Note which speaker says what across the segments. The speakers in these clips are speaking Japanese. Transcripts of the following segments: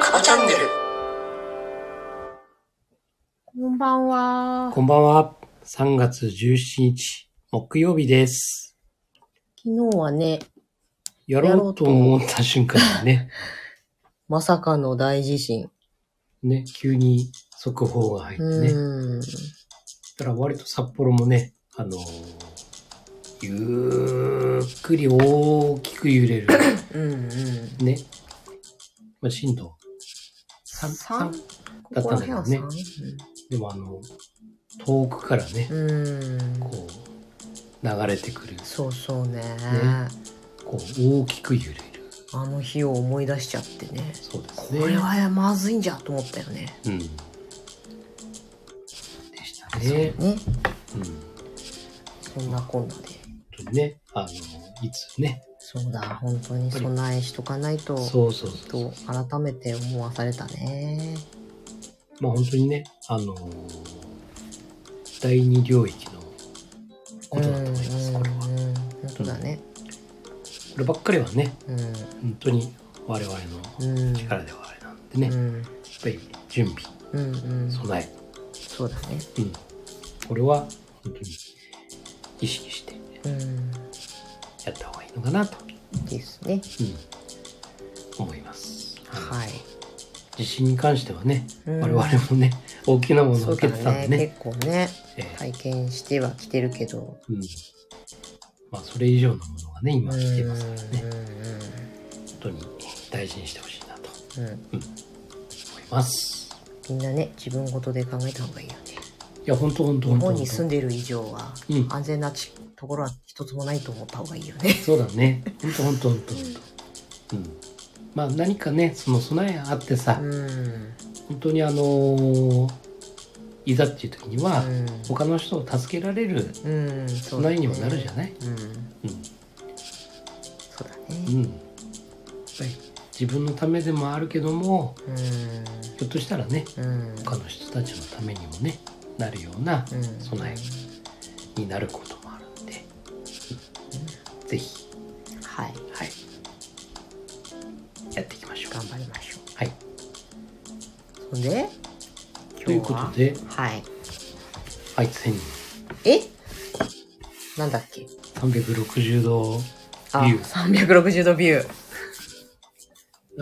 Speaker 1: カバチャンネル
Speaker 2: こんばんは。
Speaker 3: こんばんは。3月17日、木曜日です。
Speaker 2: 昨日はね、
Speaker 3: やろうと思った瞬間にね、
Speaker 2: まさかの大地震。
Speaker 3: ね、急に速報が入って
Speaker 2: う
Speaker 3: ね。だ
Speaker 2: ーん。
Speaker 3: から割と札幌もね、あのーゆっくり大きく揺れる。
Speaker 2: うん
Speaker 3: ね。まあ、震度
Speaker 2: うん。
Speaker 3: 3。3
Speaker 2: ここら辺は
Speaker 3: だったんだ
Speaker 2: 三
Speaker 3: よねでもあの、遠くからね、
Speaker 2: うん。うん
Speaker 3: こう、流れてくる。
Speaker 2: そうそうね
Speaker 3: こう、大きく揺れる。
Speaker 2: あの日を思い出しちゃってね。
Speaker 3: そうですね。
Speaker 2: これはまずいんじゃと思ったよね。
Speaker 3: うん。でしたね。
Speaker 2: ね。
Speaker 3: うん。
Speaker 2: そんなこんなで。
Speaker 3: 本当にね、あの、いつね。
Speaker 2: そうだ、本当に備えしとかないと、
Speaker 3: そうそう
Speaker 2: ち
Speaker 3: そう。
Speaker 2: ょっと改めて思わされたね。
Speaker 3: まあ本当にね、あの、第二領域のことだと思います、これは。
Speaker 2: うんうんうん本当だね。
Speaker 3: こればっかりはね、
Speaker 2: うん。
Speaker 3: 本当に我々
Speaker 2: う
Speaker 3: の
Speaker 2: ん。
Speaker 3: 力ではあれなんでね、
Speaker 2: う
Speaker 3: やっ
Speaker 2: ん。
Speaker 3: ぱり準備、
Speaker 2: うんうん。
Speaker 3: 備
Speaker 2: そうだね。
Speaker 3: え、うん。これは本当に意識して
Speaker 2: うん。
Speaker 3: やった方がいいのかなと、
Speaker 2: ですね。
Speaker 3: うん、思います。
Speaker 2: はい。
Speaker 3: 地震に関してはね、
Speaker 2: うん
Speaker 3: 我々もね大きなもの
Speaker 2: そ
Speaker 3: を
Speaker 2: う
Speaker 3: 受
Speaker 2: だ
Speaker 3: けてたんで
Speaker 2: ね。
Speaker 3: ね
Speaker 2: 結構ね、
Speaker 3: えー
Speaker 2: 体験しては来てるけど。
Speaker 3: うんまあそれ以上のものがね今来てます
Speaker 2: う
Speaker 3: か
Speaker 2: ん
Speaker 3: らね本当に大事にしてほしいなと
Speaker 2: うんうん。
Speaker 3: 思います
Speaker 2: みんなね、自分ごとで考えた方がいいよね。
Speaker 3: いや本当本当
Speaker 2: 日
Speaker 3: 本当
Speaker 2: 本
Speaker 3: 本
Speaker 2: に住ん
Speaker 3: 当
Speaker 2: でる以上は、
Speaker 3: うん
Speaker 2: 安全なちところは一つもないと思った方がいいよね。
Speaker 3: そうだね本当本当本当本当うんまあ何かねその備えあってさ、
Speaker 2: うん。
Speaker 3: 本当にあのーいざっていう時には、
Speaker 2: うん
Speaker 3: 他の人を助けられる
Speaker 2: うん。そ
Speaker 3: 備えにもなるじゃない
Speaker 2: うん。
Speaker 3: うん
Speaker 2: そうだ
Speaker 3: う
Speaker 2: ね。
Speaker 3: んやっぱり自分のためでもあるけども
Speaker 2: う
Speaker 3: ひょっとしたらね
Speaker 2: ん。うん。
Speaker 3: 他の人たちのためにもねなるような
Speaker 2: うん
Speaker 3: 備えになることもあるんで、ぜひ、
Speaker 2: はい。
Speaker 3: はい、やっていきましょう。
Speaker 2: 頑張りましょ
Speaker 3: はい、
Speaker 2: う。そんで、今日は。
Speaker 3: ということで
Speaker 2: はい。
Speaker 3: あいつに
Speaker 2: えなんだっけ
Speaker 3: 360度
Speaker 2: あ、
Speaker 3: ビュー
Speaker 2: 360度ビュー。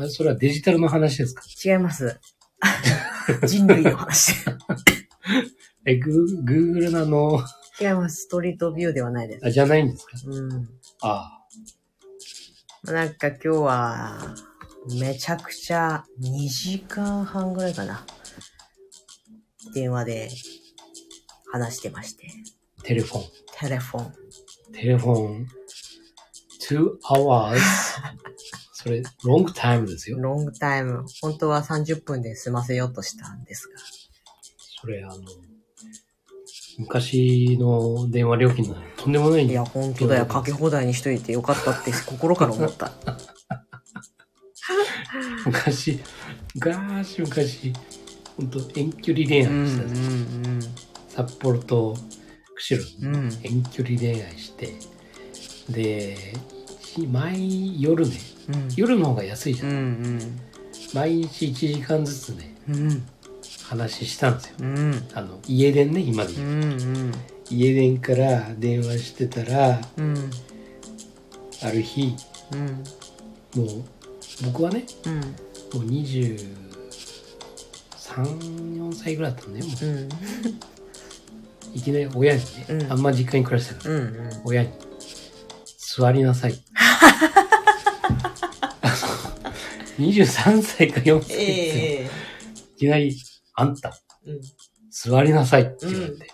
Speaker 3: あそれはデジタルの話ですか
Speaker 2: 違います。 人類の話。
Speaker 3: えグーグーグルなの
Speaker 2: 違います。ストリートビューではないです。
Speaker 3: あじゃないんですか
Speaker 2: うん。
Speaker 3: あ
Speaker 2: なんか今日は、めちゃくちゃ2時間半ぐらいかな。電話で話してまして。
Speaker 3: あテレフォン
Speaker 2: テレフォン。
Speaker 3: テレフォン two hours それロングタイムですよ
Speaker 2: ロングタイム。本当は30分で済ませようとしたんですが。
Speaker 3: それあの昔の電話料金のとんでもない
Speaker 2: いや、本当だよ。かけ放題にしといてよかったって心から思った。
Speaker 3: 昔、昔昔、本当遠距離恋愛した、んです
Speaker 2: ん
Speaker 3: 札幌と釧路、
Speaker 2: うん
Speaker 3: 遠距離恋愛して、で、日毎夜ね、
Speaker 2: うん
Speaker 3: 夜の方が安いじゃん。
Speaker 2: うん
Speaker 3: 毎日1時間ずつね、
Speaker 2: うん
Speaker 3: 話したんですよ。
Speaker 2: うん
Speaker 3: あの、家電ね、今で
Speaker 2: う
Speaker 3: 言う、
Speaker 2: ん
Speaker 3: 家電から電話してたら、
Speaker 2: うん
Speaker 3: ある日、
Speaker 2: うん
Speaker 3: もう、僕はね、
Speaker 2: うん
Speaker 3: もう23、4歳ぐらいだったんだよ、もう。
Speaker 2: うん
Speaker 3: いきなり親にね、
Speaker 2: うん
Speaker 3: あんま実家に暮らしてたから、
Speaker 2: うん
Speaker 3: 親に、座り なさい。あの23歳か4歳ですよ、
Speaker 2: ええ
Speaker 3: いきなり、あんた、
Speaker 2: うん
Speaker 3: 座りなさいって言われて、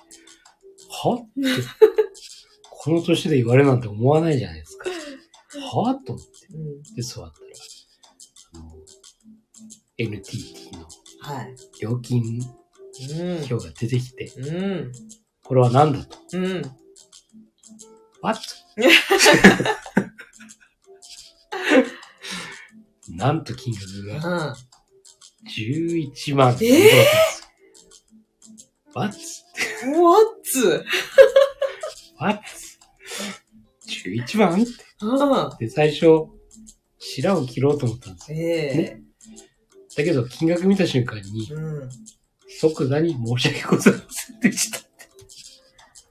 Speaker 3: はって、この年で言われるなんて思わないじゃないですか。はと思って
Speaker 2: うん
Speaker 3: 座ったら、あの、NTT の
Speaker 2: はい
Speaker 3: 料金
Speaker 2: うん
Speaker 3: 表が出てきて、
Speaker 2: うん
Speaker 3: これは何だと。
Speaker 2: うん
Speaker 3: わ っなんと金額が11万
Speaker 2: えわ
Speaker 3: わつ
Speaker 2: っつ
Speaker 3: わつ ?11 番っ
Speaker 2: うん。
Speaker 3: て最初、白を切ろうと思ったんですよ。
Speaker 2: え
Speaker 3: だけど、金額見た瞬間に
Speaker 2: え、うん。
Speaker 3: 即座に申し訳ございませんでした。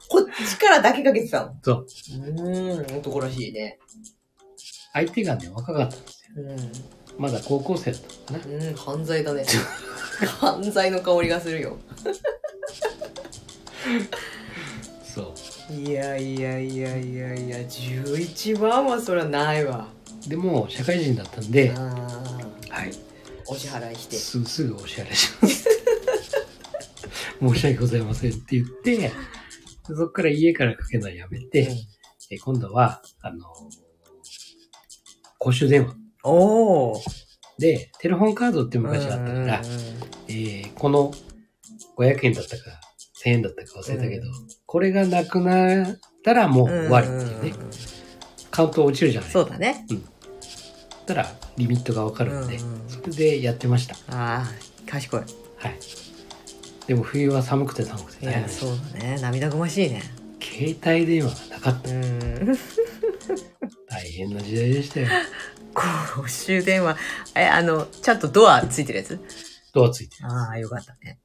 Speaker 2: こっちからだけかけてたの
Speaker 3: そう。
Speaker 2: うーん、男らしいね。
Speaker 3: 相手がね、若かったんですよ。
Speaker 2: う
Speaker 3: まだ高校生だったのかな。
Speaker 2: ん。うん、犯罪だね。犯罪の香りがするよ。
Speaker 3: そ
Speaker 2: いやいやいやいやいや、11番はそりゃないわ。
Speaker 3: う。でも、社会人だったんで、
Speaker 2: あ
Speaker 3: はい。
Speaker 2: ーお支払いして。
Speaker 3: すすぐお支払いします。申し訳ございませんって言って、でそっから家からかけるのはやめて、
Speaker 2: うん
Speaker 3: え今度は、あの、公衆電話
Speaker 2: おお。
Speaker 3: で、テレホンカードって昔あったから、えーこの500円だったか、1000円だったか忘れたけど、
Speaker 2: う
Speaker 3: これがなくなったらもう終わりっていうね、
Speaker 2: んんん
Speaker 3: カウント落ちるじゃない
Speaker 2: そうだね。
Speaker 3: そしたらリミットがわかるんで、
Speaker 2: うんうん
Speaker 3: それでやってました。
Speaker 2: ああ、賢い。
Speaker 3: はい。でも冬は寒くて寒く
Speaker 2: い
Speaker 3: て大変
Speaker 2: や、
Speaker 3: でした
Speaker 2: そうだね。涙ぐましいね。
Speaker 3: 携帯電話がなかった。
Speaker 2: うん。
Speaker 3: 大変な時代でしたよ。
Speaker 2: 公衆電話。え、あの、ちゃんとドアついてるやつ
Speaker 3: ドアついて。
Speaker 2: ああ、よかったね。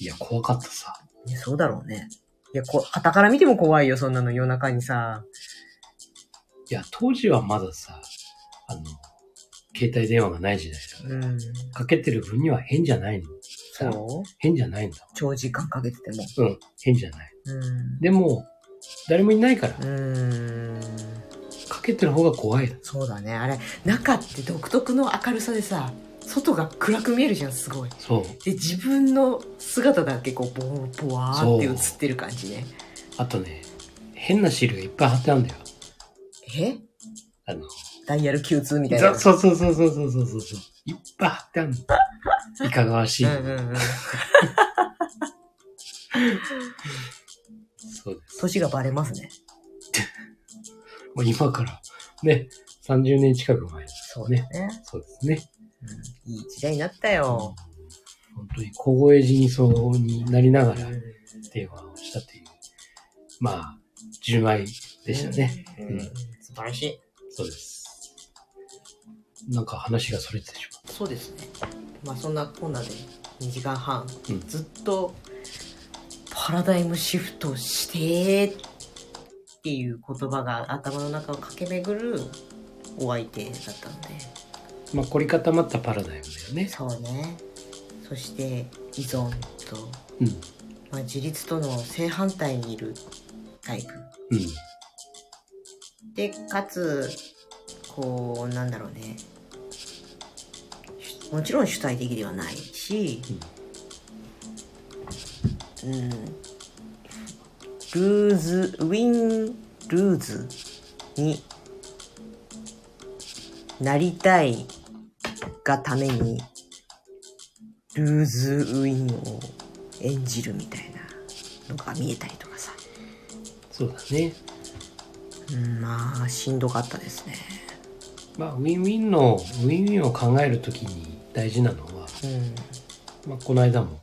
Speaker 3: いや、怖かったさ。
Speaker 2: いやそうだろうね。いや、こ、傍から見ても怖いよ、そんなの夜中にさ。
Speaker 3: いや、当時はまださ、あの、携帯電話がない時代だから。
Speaker 2: うん。
Speaker 3: かけてる分には変じゃないの。
Speaker 2: そう
Speaker 3: 変じゃないんだ
Speaker 2: 長時間かけてても。
Speaker 3: もん。うん、変じゃない。
Speaker 2: うん。
Speaker 3: でも、誰もいないから
Speaker 2: う、ーん。
Speaker 3: かけてる方が怖い。
Speaker 2: そうだね。あれ、中って独特の明るさでさ、外が暗く見えるじゃん、すごい。
Speaker 3: そう。
Speaker 2: で、自分の姿だけこう、ぼー、ぼわーって映ってる感じね。
Speaker 3: あとね、変なシールがいっぱい貼ってあるんだよ。
Speaker 2: え
Speaker 3: あの、
Speaker 2: ダイヤル Q2 みたいな。
Speaker 3: ざそうそうそうそうそうそうそう。いっぱい貼ってある の。いかがわしい。
Speaker 2: うんうんうん。
Speaker 3: そうです。
Speaker 2: 年がバレますね。
Speaker 3: もう今から、ね、30年近く前です。
Speaker 2: そうだね。
Speaker 3: そうですね。
Speaker 2: うん、いい時代になったよ。
Speaker 3: 本当に小声死にそうになりながら
Speaker 2: うん
Speaker 3: 電話をしたという、まあ、純愛でしたね。
Speaker 2: うん
Speaker 3: うん
Speaker 2: 素晴らしい。
Speaker 3: そうです。なんか話がそれてしま
Speaker 2: そうですね。まあそんなこんなで2時間半、
Speaker 3: うん
Speaker 2: ずっとパラダイムシフトしてっていう言葉が頭の中を駆け巡るお相手だったので。
Speaker 3: う。まあ、凝り固まったパラダイムだよね。
Speaker 2: そうね。そして依存と、
Speaker 3: うん。
Speaker 2: まあ、自立との正反対にいるタイプ。
Speaker 3: うん。
Speaker 2: でかつこうなんだろうねもちろん主体的ではないし、うん、ルーズウィンルーズになりたいがためにルーズウィンを演じるみたいなのが見えたりとかさ、
Speaker 3: そうだね。
Speaker 2: うん、まあしんどかったですね。
Speaker 3: まあ、ウィンウィンの、ウィンウィンを考えるときに大事なのは、
Speaker 2: うん
Speaker 3: まあ、この間も、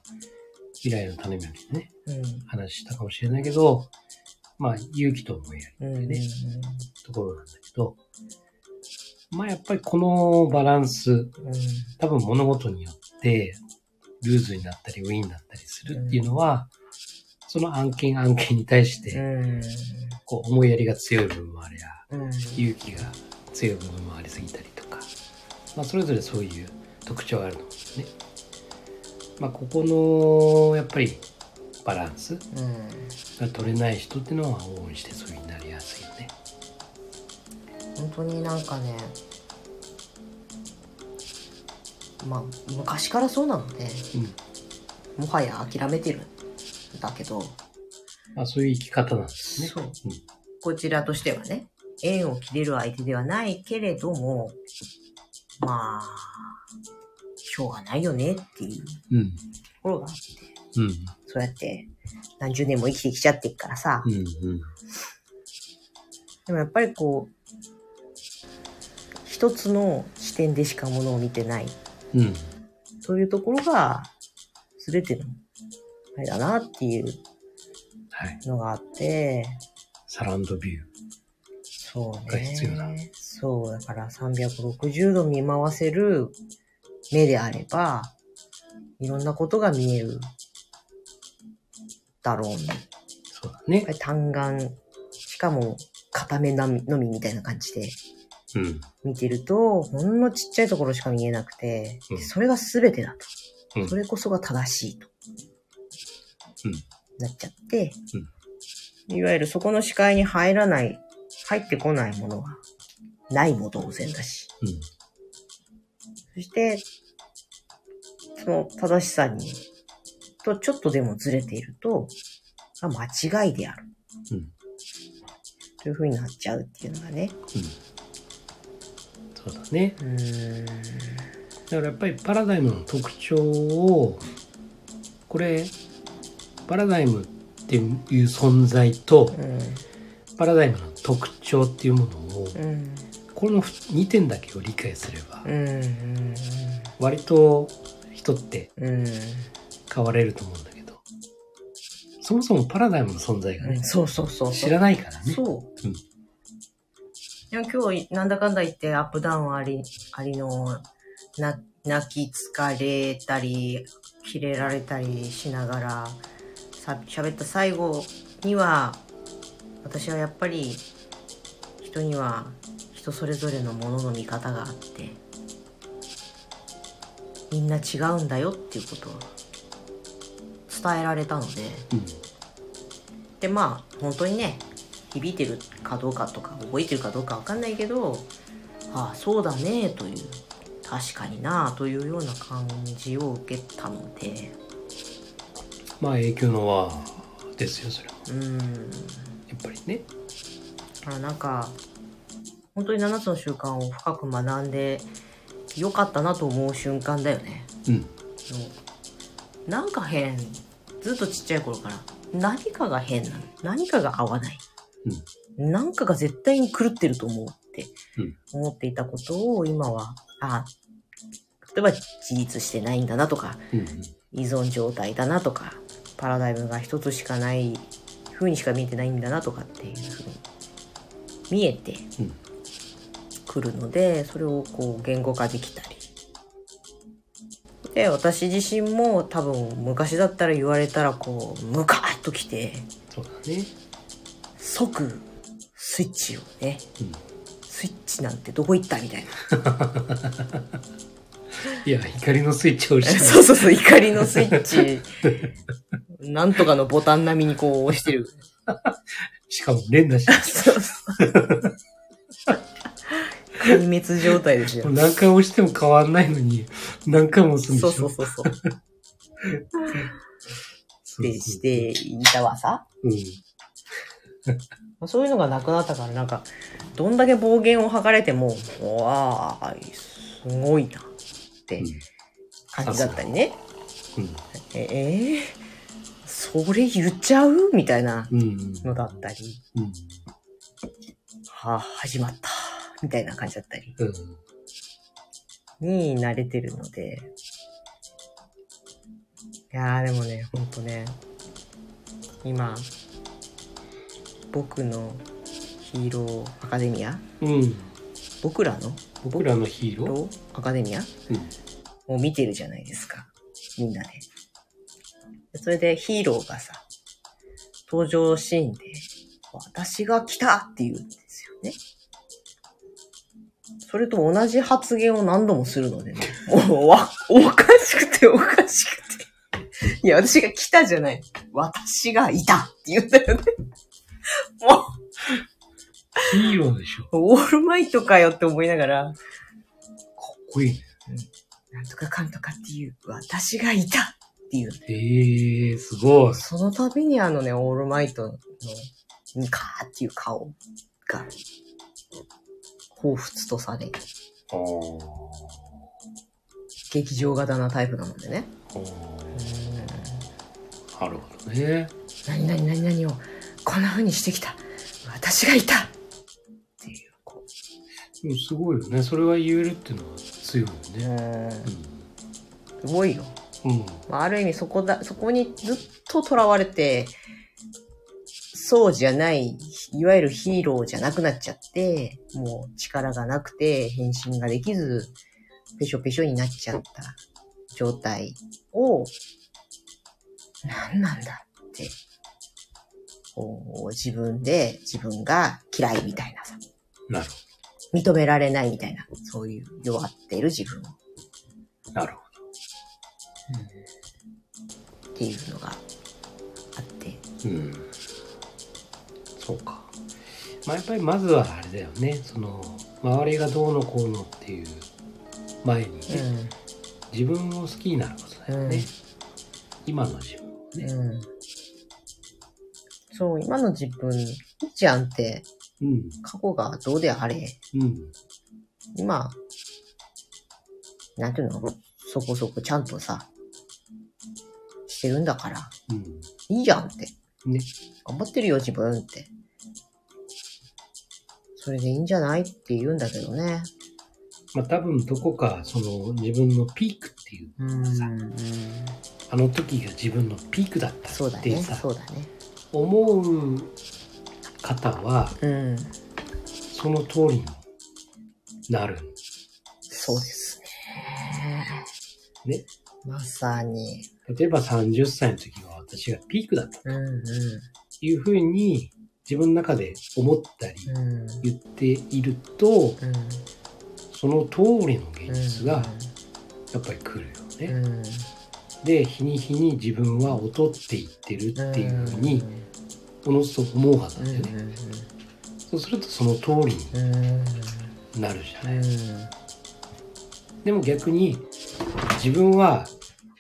Speaker 3: 未来の種まきね、
Speaker 2: う
Speaker 3: 話したかもしれないけど、まあ、勇気と思いやり。
Speaker 2: んうん
Speaker 3: ねところなんだけど、まあやっぱりこのバランス、多分物事によって、ルーズになったりウィーンになったりするっていうのは、その案件案件に対して、
Speaker 2: うん
Speaker 3: こう思いやりが強い部分もありゃ、
Speaker 2: うん
Speaker 3: 勇気が強い部分もありすぎたりとか、まあそれぞれそういう特徴があると思うんですね。まあここの、やっぱりバランス
Speaker 2: うん
Speaker 3: が取れない人っていうのは往々にしてそういう風になりやすいよね。
Speaker 2: 本当になんかねまあ昔からそうなので
Speaker 3: うん。
Speaker 2: もはや諦めてるんだけど
Speaker 3: まあそういう生き方なんですね。
Speaker 2: そう
Speaker 3: うん
Speaker 2: こちらとしてはね縁を切れる相手ではないけれどもまあしょうがないよねっていうと
Speaker 3: うん。
Speaker 2: ころがあって
Speaker 3: うん。
Speaker 2: そうやって何十年も生きてきちゃってっからさ、
Speaker 3: うん。うん。
Speaker 2: でもやっぱりこう一つの視点でしかものを見てない
Speaker 3: うん。
Speaker 2: というところが全てのあれだなっていう
Speaker 3: はい。
Speaker 2: のがあって、
Speaker 3: サラウンドビュー。
Speaker 2: そう
Speaker 3: が
Speaker 2: ね。
Speaker 3: 必要だ
Speaker 2: そう、だから360度見回せる目であれば、いろんなことが見えるだろうね。やっ
Speaker 3: そうだね
Speaker 2: ぱ。り単眼、しかも片目のみのみみたいな感じで
Speaker 3: うん。
Speaker 2: 見てると、ほんのちっちゃいところしか見えなくて、
Speaker 3: うん
Speaker 2: それが全てだと。
Speaker 3: うん
Speaker 2: それこそが正しいと。
Speaker 3: うん
Speaker 2: なっちゃって、いわゆるそこの視界に入らない、入ってこないものは、ないも同然だし。
Speaker 3: うん。
Speaker 2: そして、その正しさに、とちょっとでもずれていると、あ間違いである。
Speaker 3: うん。
Speaker 2: という風になっちゃうっていうのがね。
Speaker 3: そうだね。
Speaker 2: うーん。
Speaker 3: だからやっぱりパラダイムの特徴を、これ、パラダイムっていう存在と、パラダイムの特徴っていうものを、
Speaker 2: うん。うん。
Speaker 3: この2点だけを理解すれば
Speaker 2: う、ん。
Speaker 3: 割と人って
Speaker 2: うん。
Speaker 3: 変われると思うんだけど、そもそもパラダイムの存在が
Speaker 2: うん。
Speaker 3: ね、
Speaker 2: そうそうそうそう。
Speaker 3: 知らないからね。
Speaker 2: そう。
Speaker 3: うん
Speaker 2: でも今日、なんだかんだ言って、アップダウンあり、ありの、な、泣きつかれたり、キレられたりしながら、さ、喋った最後には、私はやっぱり、人には、人それぞれのものの見方があって、みんな違うんだよっていうことを伝えられたので、
Speaker 3: うん。
Speaker 2: でまあ本当にね響いてるかどうかとか覚えてるかどうかわかんないけどああそうだねという確かになというような感じを受けたので
Speaker 3: まあ永久の輪ですよ、それは。
Speaker 2: うん
Speaker 3: やっぱりね。
Speaker 2: だからなんか本当に7つの習慣を深く学んでよかったなと思う瞬間だよね
Speaker 3: うん。
Speaker 2: そうなんか変ずっとちっちゃい頃から何かが変なの何かが合わない、なんかが絶対に狂ってると思うって
Speaker 3: うん
Speaker 2: 思っていたことを今はあ例えば自立してないんだなとか
Speaker 3: うんうん。
Speaker 2: 依存状態だなとかパラダイムが一つしかない風にしか見えてないんだなとかっていう風に見えて
Speaker 3: うん
Speaker 2: くるので、それをこう言語化できたりで私自身も多分昔だったら言われたらこうムカッときて
Speaker 3: そうだね。
Speaker 2: 即スイッチをね
Speaker 3: うん。
Speaker 2: スイッチなんてどこ行ったみたい な
Speaker 3: いや、光のスイッチを押して
Speaker 2: そうそうそう怒りのスイッチなんとかのボタン並みにこう押して る
Speaker 3: しかも連打して
Speaker 2: そうそう。壊滅状態 ですよ。
Speaker 3: 何回押しても変わんないのに、何回も押すんでし
Speaker 2: そ
Speaker 3: ょ
Speaker 2: うそうそうそう。っ
Speaker 3: そう
Speaker 2: てしていたわさ。
Speaker 3: うん。
Speaker 2: そういうのがなくなったから、なんか、どんだけ暴言を吐かれても、うわあ、すごいな、って感じだったりね。
Speaker 3: うん。
Speaker 2: ええーそれ言っちゃうみたいな
Speaker 3: うん。うん。
Speaker 2: のだったり、
Speaker 3: うん。
Speaker 2: はあ、始まった、みたいな感じだったり。
Speaker 3: うん。
Speaker 2: に慣れてるので。いやーでもね、ほんとね、今、僕のヒーローアカデミア
Speaker 3: うん。
Speaker 2: 僕らの
Speaker 3: 僕らのヒー
Speaker 2: ヒー
Speaker 3: ロ
Speaker 2: ローアカデミア
Speaker 3: ーうん。
Speaker 2: を見てるじゃないですか。みんなで。でそれでヒーローがさ、登場シーンで、私が来たって言うんですよね。それと同じ発言を何度もするのでね。もう、わ、おかしくておかしくて。いや、私が来たじゃない。私がいたって言うんだよね。もう、
Speaker 3: ヒーローでしょ。か
Speaker 2: オールマイトかよって思いながら、
Speaker 3: っこいいね。
Speaker 2: なんとかかんとかっていう、私がいたっていう
Speaker 3: ええー、すごい。
Speaker 2: その度にあのね、オールマイトの、にかーっていう顔が、彷彿とされ、
Speaker 3: あー
Speaker 2: 劇場型なタイプなのでね。
Speaker 3: あー。なるほどね。
Speaker 2: 何々何々を、こんな風にしてきた。私がいたっていう、こ
Speaker 3: でもすごいよね。それが言えるっていうのは強いよ
Speaker 2: う。
Speaker 3: ね。
Speaker 2: ん。
Speaker 3: う
Speaker 2: すごいよ。
Speaker 3: ん。うん。
Speaker 2: まあ、ある意味そこだ、そこにずっと囚われて、そうじゃない、いわゆるヒーローじゃなくなっちゃって、もう力がなくて変身ができず、ペショペショになっちゃった状態を、何なんだって、こう自分で自分が嫌いみたいなさ、
Speaker 3: なる
Speaker 2: 認められないみたいな、そういう弱っている自分を
Speaker 3: ほど。なるほ
Speaker 2: っていうのがあって、
Speaker 3: ど。うん。そうか。まあやっぱりまずはあれだよね。その、周りがどうのこうのっていう前にね、自分を好きになることだよね。
Speaker 2: うん
Speaker 3: 今の自分をね。
Speaker 2: うん。そう、今の自分、いいじゃんって、
Speaker 3: うん。
Speaker 2: 過去がどうであれ、
Speaker 3: うん。
Speaker 2: 今、なんていうのそこそこちゃんとさ、してるんだから、
Speaker 3: うん。
Speaker 2: いいじゃんって。
Speaker 3: ね。
Speaker 2: 頑張ってるよ、自分って。それでいいんじゃないって言うんだけどね。
Speaker 3: まあ多分どこかその自分のピークっていう、
Speaker 2: うん。
Speaker 3: あの時が自分のピークだった
Speaker 2: そうだ
Speaker 3: って
Speaker 2: ね、
Speaker 3: さ、
Speaker 2: そうだね。
Speaker 3: 思う方は
Speaker 2: うん。
Speaker 3: その通りになる。
Speaker 2: そうですね。
Speaker 3: ね。
Speaker 2: まさに。
Speaker 3: 例えば30歳の時は私がピークだったと
Speaker 2: うんう
Speaker 3: いうふうに自分の中で思ったり
Speaker 2: ん。うん。
Speaker 3: 言っていると、
Speaker 2: うん。
Speaker 3: その通りの現実がやっぱり来るよ
Speaker 2: う
Speaker 3: ね。
Speaker 2: んうん
Speaker 3: で、日に日に自分は劣っていってるっていうふうに、おのずと思うはず
Speaker 2: う
Speaker 3: なん
Speaker 2: んう
Speaker 3: だよね。
Speaker 2: ん
Speaker 3: そうするとその通りに
Speaker 2: うんうん
Speaker 3: なるじゃ
Speaker 2: う
Speaker 3: ない。
Speaker 2: ん
Speaker 3: でも逆に自分は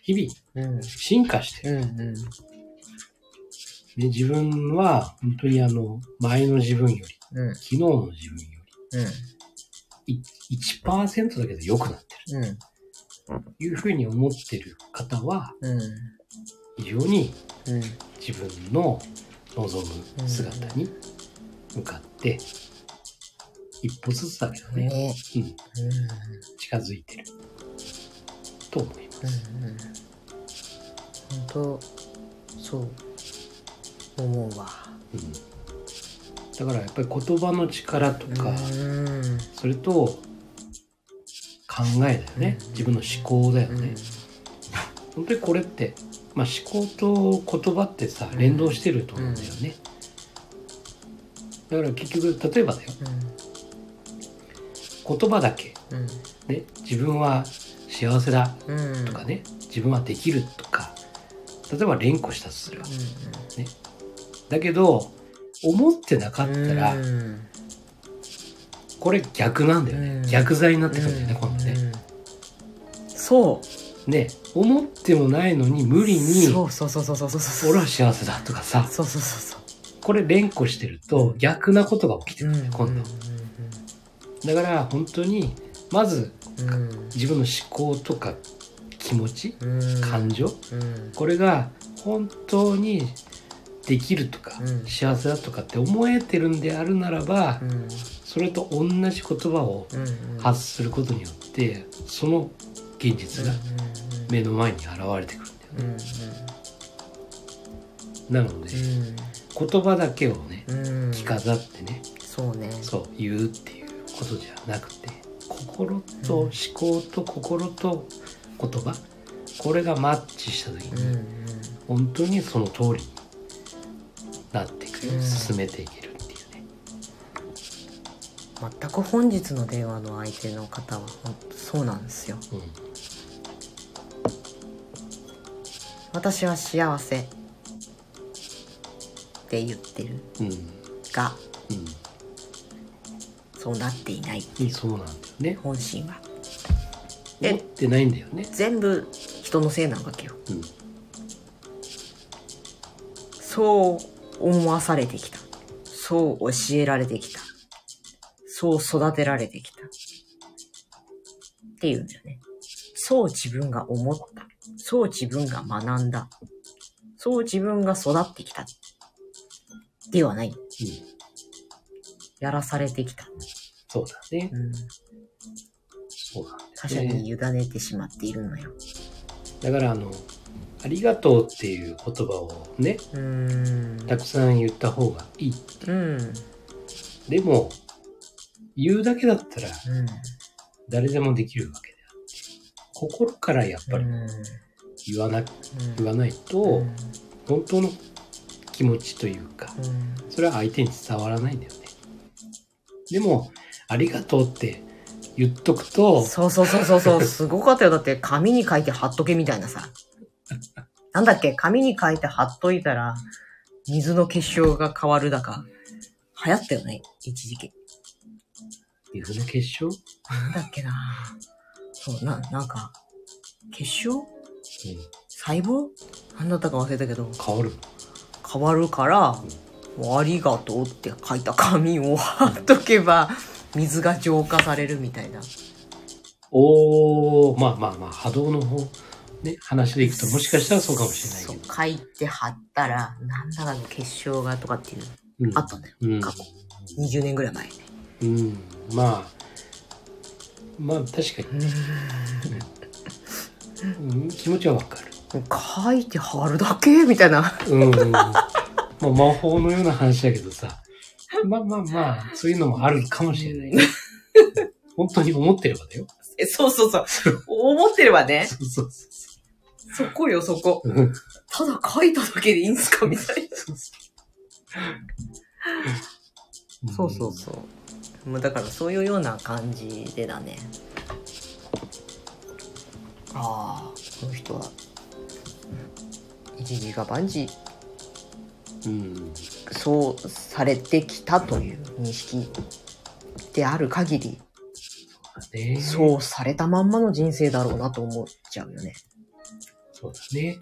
Speaker 3: 日々
Speaker 2: うん
Speaker 3: 進化してる。
Speaker 2: うん
Speaker 3: で自分は本当にあの前の自分より
Speaker 2: うん
Speaker 3: 昨日の自分よ
Speaker 2: うん
Speaker 3: りい1%だけど良くなってる
Speaker 2: うん
Speaker 3: というふうに思ってる方は
Speaker 2: うん
Speaker 3: 非常に
Speaker 2: うん
Speaker 3: 自分の望む姿に向かって一歩ずつだけどね、
Speaker 2: ね
Speaker 3: うん、
Speaker 2: うん
Speaker 3: 近づいてると思います。
Speaker 2: うんうん本当そう思うわ
Speaker 3: うんだからやっぱり言葉の力とか、
Speaker 2: うん
Speaker 3: それと考えだよね、
Speaker 2: うん
Speaker 3: 自分の思考だよ
Speaker 2: うん
Speaker 3: ね、本当にこれって、まあ、思考と言葉ってさ連動してると思うんだよね、だから結局例えばだよ言葉だけ、
Speaker 2: うん
Speaker 3: ね、自分は幸せだ
Speaker 2: うん
Speaker 3: とかね、自分はできるとか例えば連呼したとするわ
Speaker 2: うんうん
Speaker 3: だけど思ってなかったら、
Speaker 2: うん
Speaker 3: これ逆なんだよね、
Speaker 2: うん
Speaker 3: 逆剤になってくるんだよね、今度ね、
Speaker 2: うんそう
Speaker 3: ね思ってもないのに無理に
Speaker 2: そうそうそうそうそうそうそう
Speaker 3: 俺は幸せだとかさ
Speaker 2: そうそうそう
Speaker 3: これ連呼してると逆なことが起きて
Speaker 2: そう
Speaker 3: くるね、今度だから本当にまず
Speaker 2: うん
Speaker 3: 自分の思考とか気持ち
Speaker 2: うん
Speaker 3: 感情
Speaker 2: うん
Speaker 3: これが本当にできるとか、
Speaker 2: うん
Speaker 3: 幸せだとかって思えてるんであるならば、
Speaker 2: うん
Speaker 3: それと同じ言葉を
Speaker 2: うん
Speaker 3: 発することによってその現実が目の前に現れてくるんだ
Speaker 2: うん
Speaker 3: よね
Speaker 2: うん
Speaker 3: なので言葉だけをね
Speaker 2: うんうん
Speaker 3: 着飾ってね
Speaker 2: そうね
Speaker 3: そう言うっていうことじゃなくて心と思考と心と言葉これがマッチした時
Speaker 2: うんう
Speaker 3: に
Speaker 2: ん
Speaker 3: 本当にその通りになっていく
Speaker 2: うん
Speaker 3: 進めていけるっていうね
Speaker 2: 全く本日の電話の相手の方はほんとそうなんですよ
Speaker 3: う
Speaker 2: 私は幸せって言ってる
Speaker 3: んうん
Speaker 2: が
Speaker 3: う
Speaker 2: そうなっていない
Speaker 3: んそうなんだよね
Speaker 2: 本心はえ
Speaker 3: 思ってないんだよね
Speaker 2: 全部人のせいなわけよ
Speaker 3: うん
Speaker 2: そう思わされてきた。そう教えられてきた。そう育てられてきた。っていうんだよね。そう自分が思った。そう自分が学んだ。そう自分が育ってきた。ではない。やらされてきた。
Speaker 3: そうだね
Speaker 2: うん、
Speaker 3: そうなんだ
Speaker 2: 他
Speaker 3: よ
Speaker 2: 者
Speaker 3: ね
Speaker 2: に委ねてしまっているのよ。
Speaker 3: だからあの、ありがとうっていう言葉をね、
Speaker 2: うーん
Speaker 3: たくさん言った方がいい。
Speaker 2: うん
Speaker 3: でも、言うだけだったら
Speaker 2: うん
Speaker 3: 誰でもできるわけであって、心からやっぱり
Speaker 2: うん
Speaker 3: 言わな、
Speaker 2: うん
Speaker 3: 言わないと、本当の気持ちというか、
Speaker 2: うん
Speaker 3: それは相手に伝わらないんだよね。でも、ありがとうって言っとくと、
Speaker 2: そうそうそうそうそう、すごかったよ。だって紙に書いて貼っとけみたいなさ。なんだっけ紙に書いて貼っといたら、水の結晶が変わるだか。流行ったよね、一時期。
Speaker 3: 水の結晶、
Speaker 2: なんだっけなそう、な、なんか、結晶細胞なんだったか忘れたけど、
Speaker 3: 変わるの
Speaker 2: 変わるから、ありがとうって書いた紙を貼っとけば、水が浄化されるみたいな。
Speaker 3: おー、まあまあまあ、波動の方、ね、話でいくと、もしかしたらそうかもしれないけど。
Speaker 2: そう書いて貼ったら、なんだかの結晶がとかっていうの
Speaker 3: うん
Speaker 2: あったんだよ。
Speaker 3: うん
Speaker 2: 過去。20年ぐらい前。
Speaker 3: うん、まあ、まあ確かに、うん気持ちはわかる。
Speaker 2: 書いて貼るだけみたいな。
Speaker 3: うん。まあ魔法のような話だけどさ、まあまあまあ、そういうのもあるかもしれない。本当に思ってればだよ。
Speaker 2: えそうそうそう。思ってればね。
Speaker 3: そうそうそ
Speaker 2: そこよ、そこ。
Speaker 3: う。うん
Speaker 2: ただ書いただけでいいんすかみたい
Speaker 3: そう
Speaker 2: な。そうそうそう。もうだからそういうような感じでだね。ああ、この人は、一時が万事、
Speaker 3: うん。うん。
Speaker 2: そうされてきたという認識である限り、
Speaker 3: ね、そう。
Speaker 2: そうされたまんまの人生だろうなと思っちゃうよね。
Speaker 3: そうだね。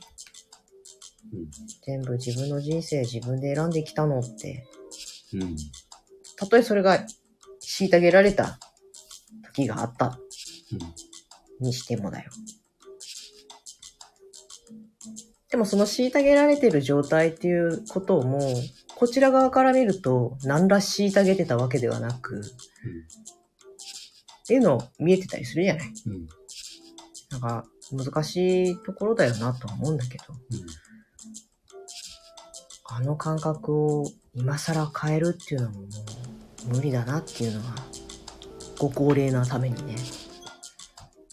Speaker 2: 全部自分の人生自分で選んできたのって、
Speaker 3: うん。うん。
Speaker 2: たとえそれが虐げられた時があったにしてもだよ。でもその虐げられてる状態っていうことをもう、こちら側から見ると何ら虐げてたわけではなく、っていうのを見えてたりするじゃない。
Speaker 3: うん。うん。
Speaker 2: なんか難しいところだよなとは思うんだけど。
Speaker 3: うん
Speaker 2: あの感覚を今更変えるっていうのももう無理だなっていうのは、ご高齢なためにね。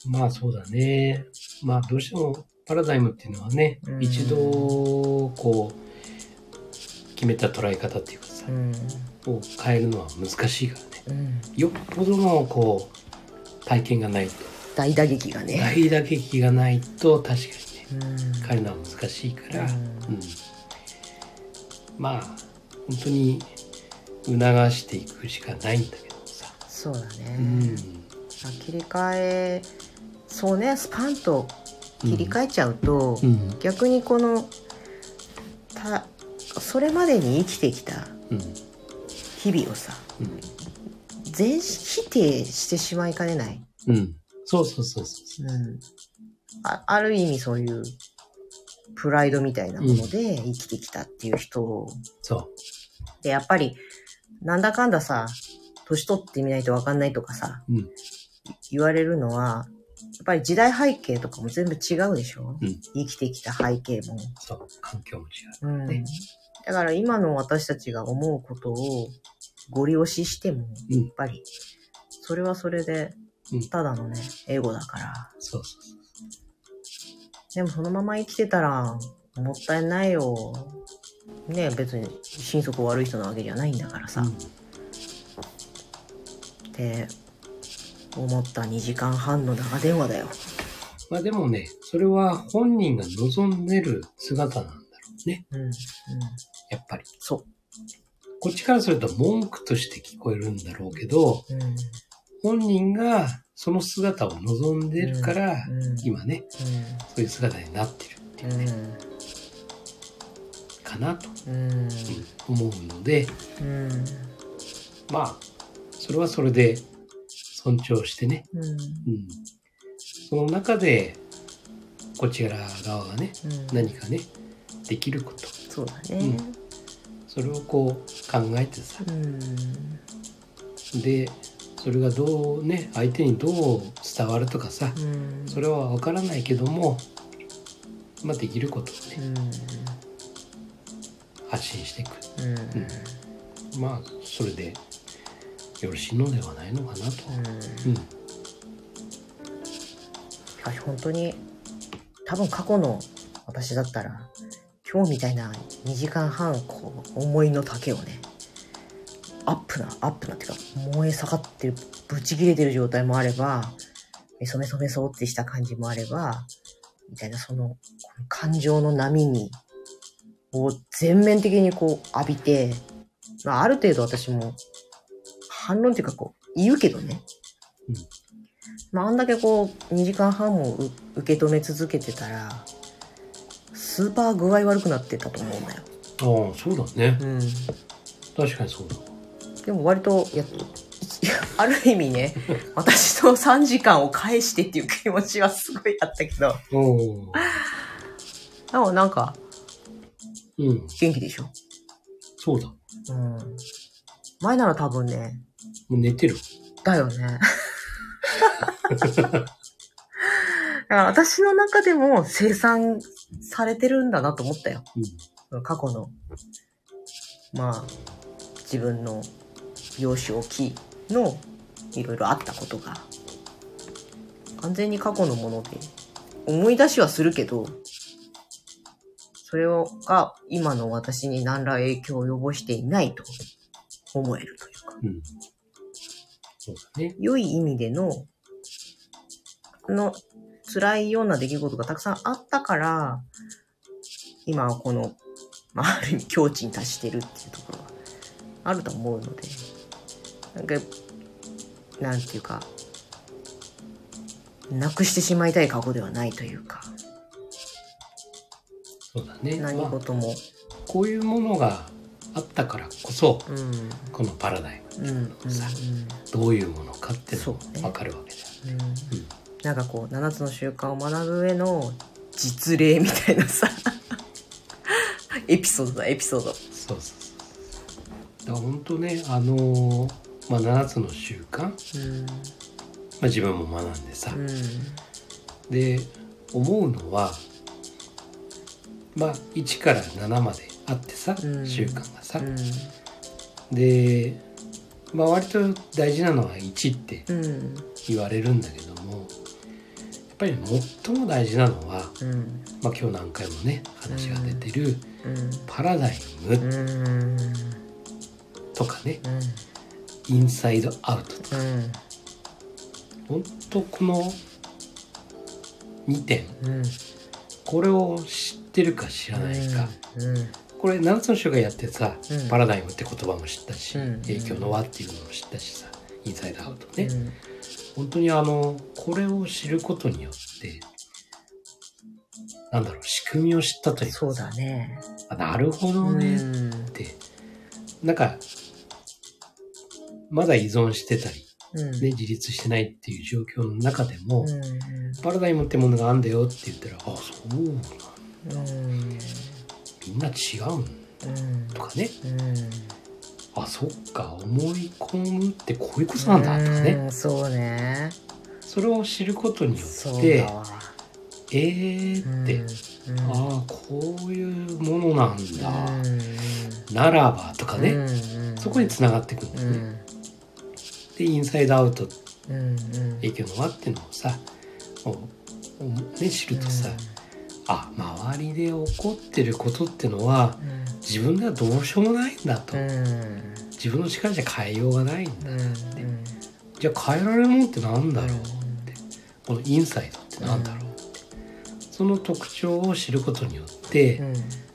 Speaker 3: まあそうだね。まあどうしてもパラダイムっていうのはね、
Speaker 2: うん
Speaker 3: 一度こう決めた捉え方っていうかさ、
Speaker 2: うん。
Speaker 3: を変えるのは難しいからね。
Speaker 2: うん。
Speaker 3: よっぽどのこう体験がないと、
Speaker 2: 大打撃がね。
Speaker 3: 大打撃がないと確かにね、
Speaker 2: うん。
Speaker 3: 変えるのは難しいから、
Speaker 2: う
Speaker 3: うんん、まあ本当に促していくしかないんだけどさ。
Speaker 2: そうだね。
Speaker 3: うん。
Speaker 2: あ切り替え、そうね、スパンと切り替えちゃうと、
Speaker 3: うん。
Speaker 2: 逆にこの、た、それまでに生きてきた
Speaker 3: うん。
Speaker 2: 日々をさ、
Speaker 3: うん。
Speaker 2: 全否定してしまいかねない。
Speaker 3: うん。そうそうそうそ
Speaker 2: う
Speaker 3: う。
Speaker 2: ん、あある意味そういうプライドみたいなもので生きてきたっていう人
Speaker 3: そう。
Speaker 2: でやっぱりなんだかんださ年取ってみないとわかんないとかさ、
Speaker 3: うん
Speaker 2: 言われるのはやっぱり時代背景とかも全部違うでしょ、
Speaker 3: うん
Speaker 2: 生きてきた背景も、
Speaker 3: そう、環境も違
Speaker 2: うん
Speaker 3: ね
Speaker 2: だから今の私たちが思うことをご利用ししても
Speaker 3: うん
Speaker 2: やっぱりそれはそれで
Speaker 3: うん
Speaker 2: ただのね、エゴだから
Speaker 3: う。そうそうそ
Speaker 2: でもそのまま生きてたらもったいないよ。ね別に心底悪い人なわけじゃないんだからさ。
Speaker 3: う。
Speaker 2: って思った2時間半の長電話だよ。
Speaker 3: まあでもね、それは本人が望んでる姿なんだろうね。
Speaker 2: うん。うん。
Speaker 3: やっぱり。
Speaker 2: そ
Speaker 3: こっちからすると文句として聞こえるんだろうけど、
Speaker 2: う。うん。うん。
Speaker 3: 本人がその姿を望んでるから、
Speaker 2: うん
Speaker 3: 今ね、そういう姿になってるっていうね、かなと
Speaker 2: うん。
Speaker 3: 思うので、
Speaker 2: うん。
Speaker 3: まあ、それはそれで尊重してね、
Speaker 2: うん。
Speaker 3: うん。その中で、こちら側がね、
Speaker 2: うん。
Speaker 3: 何かね、できること、
Speaker 2: そうだね。
Speaker 3: それをこう考えてさ
Speaker 2: うん。
Speaker 3: でそれがどうね相手にどう伝わるとかさ
Speaker 2: うん。
Speaker 3: それは分からないけどもまあ、できることをね、
Speaker 2: う
Speaker 3: 発信していく。
Speaker 2: んうん
Speaker 3: うんまあ、それでよろしいのではないのかなと。うん。
Speaker 2: しかし本当に多分過去の私だったら今日みたいな2時間半こう思いの丈をねアップなアップなっていうか燃え盛ってるぶち切れてる状態もあればめそめそめそってした感じもあればみたいなそのこの感情の波にを全面的にこう浴びて、まあ、ある程度私も反論っていうかこう言うけどねまあ、あんだけこう2時間半もう受け止め続けてたらスーパー具合悪くなってたと思うんだよ、
Speaker 3: ああ、そうだね。
Speaker 2: うん、
Speaker 3: 確かにそうだ。
Speaker 2: でも割とやっ いやある意味ね私の3時間を返してっていう気持ちはすごいあったけど
Speaker 3: おお。
Speaker 2: でもなんか
Speaker 3: う
Speaker 2: 元
Speaker 3: ん、
Speaker 2: 気でしょ、
Speaker 3: そうだ。も
Speaker 2: うん、前なら多分ね
Speaker 3: う寝てる。
Speaker 2: だよね。 だから私の中でも生産されてるんだなと思ったよ。
Speaker 3: うん。
Speaker 2: 過去の、まあ、自分の幼少期のいろいろあったことが、完全に過去のもので、思い出しはするけど、それをが今の私に何ら影響を及ぼしていないと思えるというか、
Speaker 3: うん。そうだね。
Speaker 2: 良い意味での、あの、辛いような出来事がたくさんあったから、今はこの、まあ、ある意味境地に達してるっていうところはあると思うので、なんか、なんていうか、なくしてしまいたい過去ではないというか、
Speaker 3: そうだね。
Speaker 2: 何
Speaker 3: まあ、
Speaker 2: 事も、
Speaker 3: こういうものがあったからこそ、
Speaker 2: うん、
Speaker 3: このパラダイム、
Speaker 2: うん、うん、うん、
Speaker 3: どういうものかっていうの
Speaker 2: そうね
Speaker 3: がわかるわけじ
Speaker 2: うん
Speaker 3: ゃん。うん。
Speaker 2: なんかこう7つの習慣を学ぶ上の実例みたいなさエピソードだエピソード
Speaker 3: そうそうそう。だから本当ね、あのーまあ、7つの習慣、ま
Speaker 2: う
Speaker 3: あ、自分も学んでさ、
Speaker 2: ん
Speaker 3: で思うのはまあ1から7まであってさ、
Speaker 2: うん
Speaker 3: 習慣がさ、
Speaker 2: うん
Speaker 3: で、まあ、割と大事なのは1って
Speaker 2: うん
Speaker 3: 言われるんだけどもやっぱり最も大事なのは、
Speaker 2: うん
Speaker 3: まあ、今日何回もね話が出てる
Speaker 2: うん
Speaker 3: パラダイム
Speaker 2: うんうん
Speaker 3: とかね、インサイドアウトとか本当この2点
Speaker 2: うん
Speaker 3: これを知ってるか知らないか、
Speaker 2: うん
Speaker 3: これ7つの人がやってさ、
Speaker 2: うん
Speaker 3: パラダイムって言葉も知ったし、
Speaker 2: うん
Speaker 3: 影響の輪っていうのも知ったしさインサイドアウトね、
Speaker 2: うん
Speaker 3: 本当にあのこれを知ることによってなんだろう仕組みを知ったというか
Speaker 2: そうだね
Speaker 3: あなるほどねっ
Speaker 2: ん
Speaker 3: て、なんかまだ依存してたり、
Speaker 2: うん
Speaker 3: ね、自立してないっていう状況の中でも、
Speaker 2: うん
Speaker 3: パラダイムってものがあんだよって言ったらあそうなんだ
Speaker 2: うん
Speaker 3: みんな違うんだ
Speaker 2: うん
Speaker 3: とかね
Speaker 2: うん
Speaker 3: あそっか思い込むってこういうことなんだとかね
Speaker 2: うんそうね
Speaker 3: それを知ることによっ
Speaker 2: そう
Speaker 3: て
Speaker 2: だわ
Speaker 3: えーって、
Speaker 2: うんうん
Speaker 3: ああこういうものなんだ、
Speaker 2: うん
Speaker 3: ならばとかね、
Speaker 2: うんうん
Speaker 3: そこにつながっていくんだ
Speaker 2: う
Speaker 3: よね、
Speaker 2: ん
Speaker 3: でインサイドアウト
Speaker 2: うんうん
Speaker 3: 影響の輪っていうのをさおおね、知るとさ、あ周りで起こってることってのは
Speaker 2: うん
Speaker 3: 自分ではどうしようもないんだと、
Speaker 2: うん
Speaker 3: 自分の力じゃ変えようがないんだ、
Speaker 2: うん
Speaker 3: じゃあ変えられるもんってなんだろうってこのインサイドってなんだろうって、その特徴を知ることによって、
Speaker 2: うん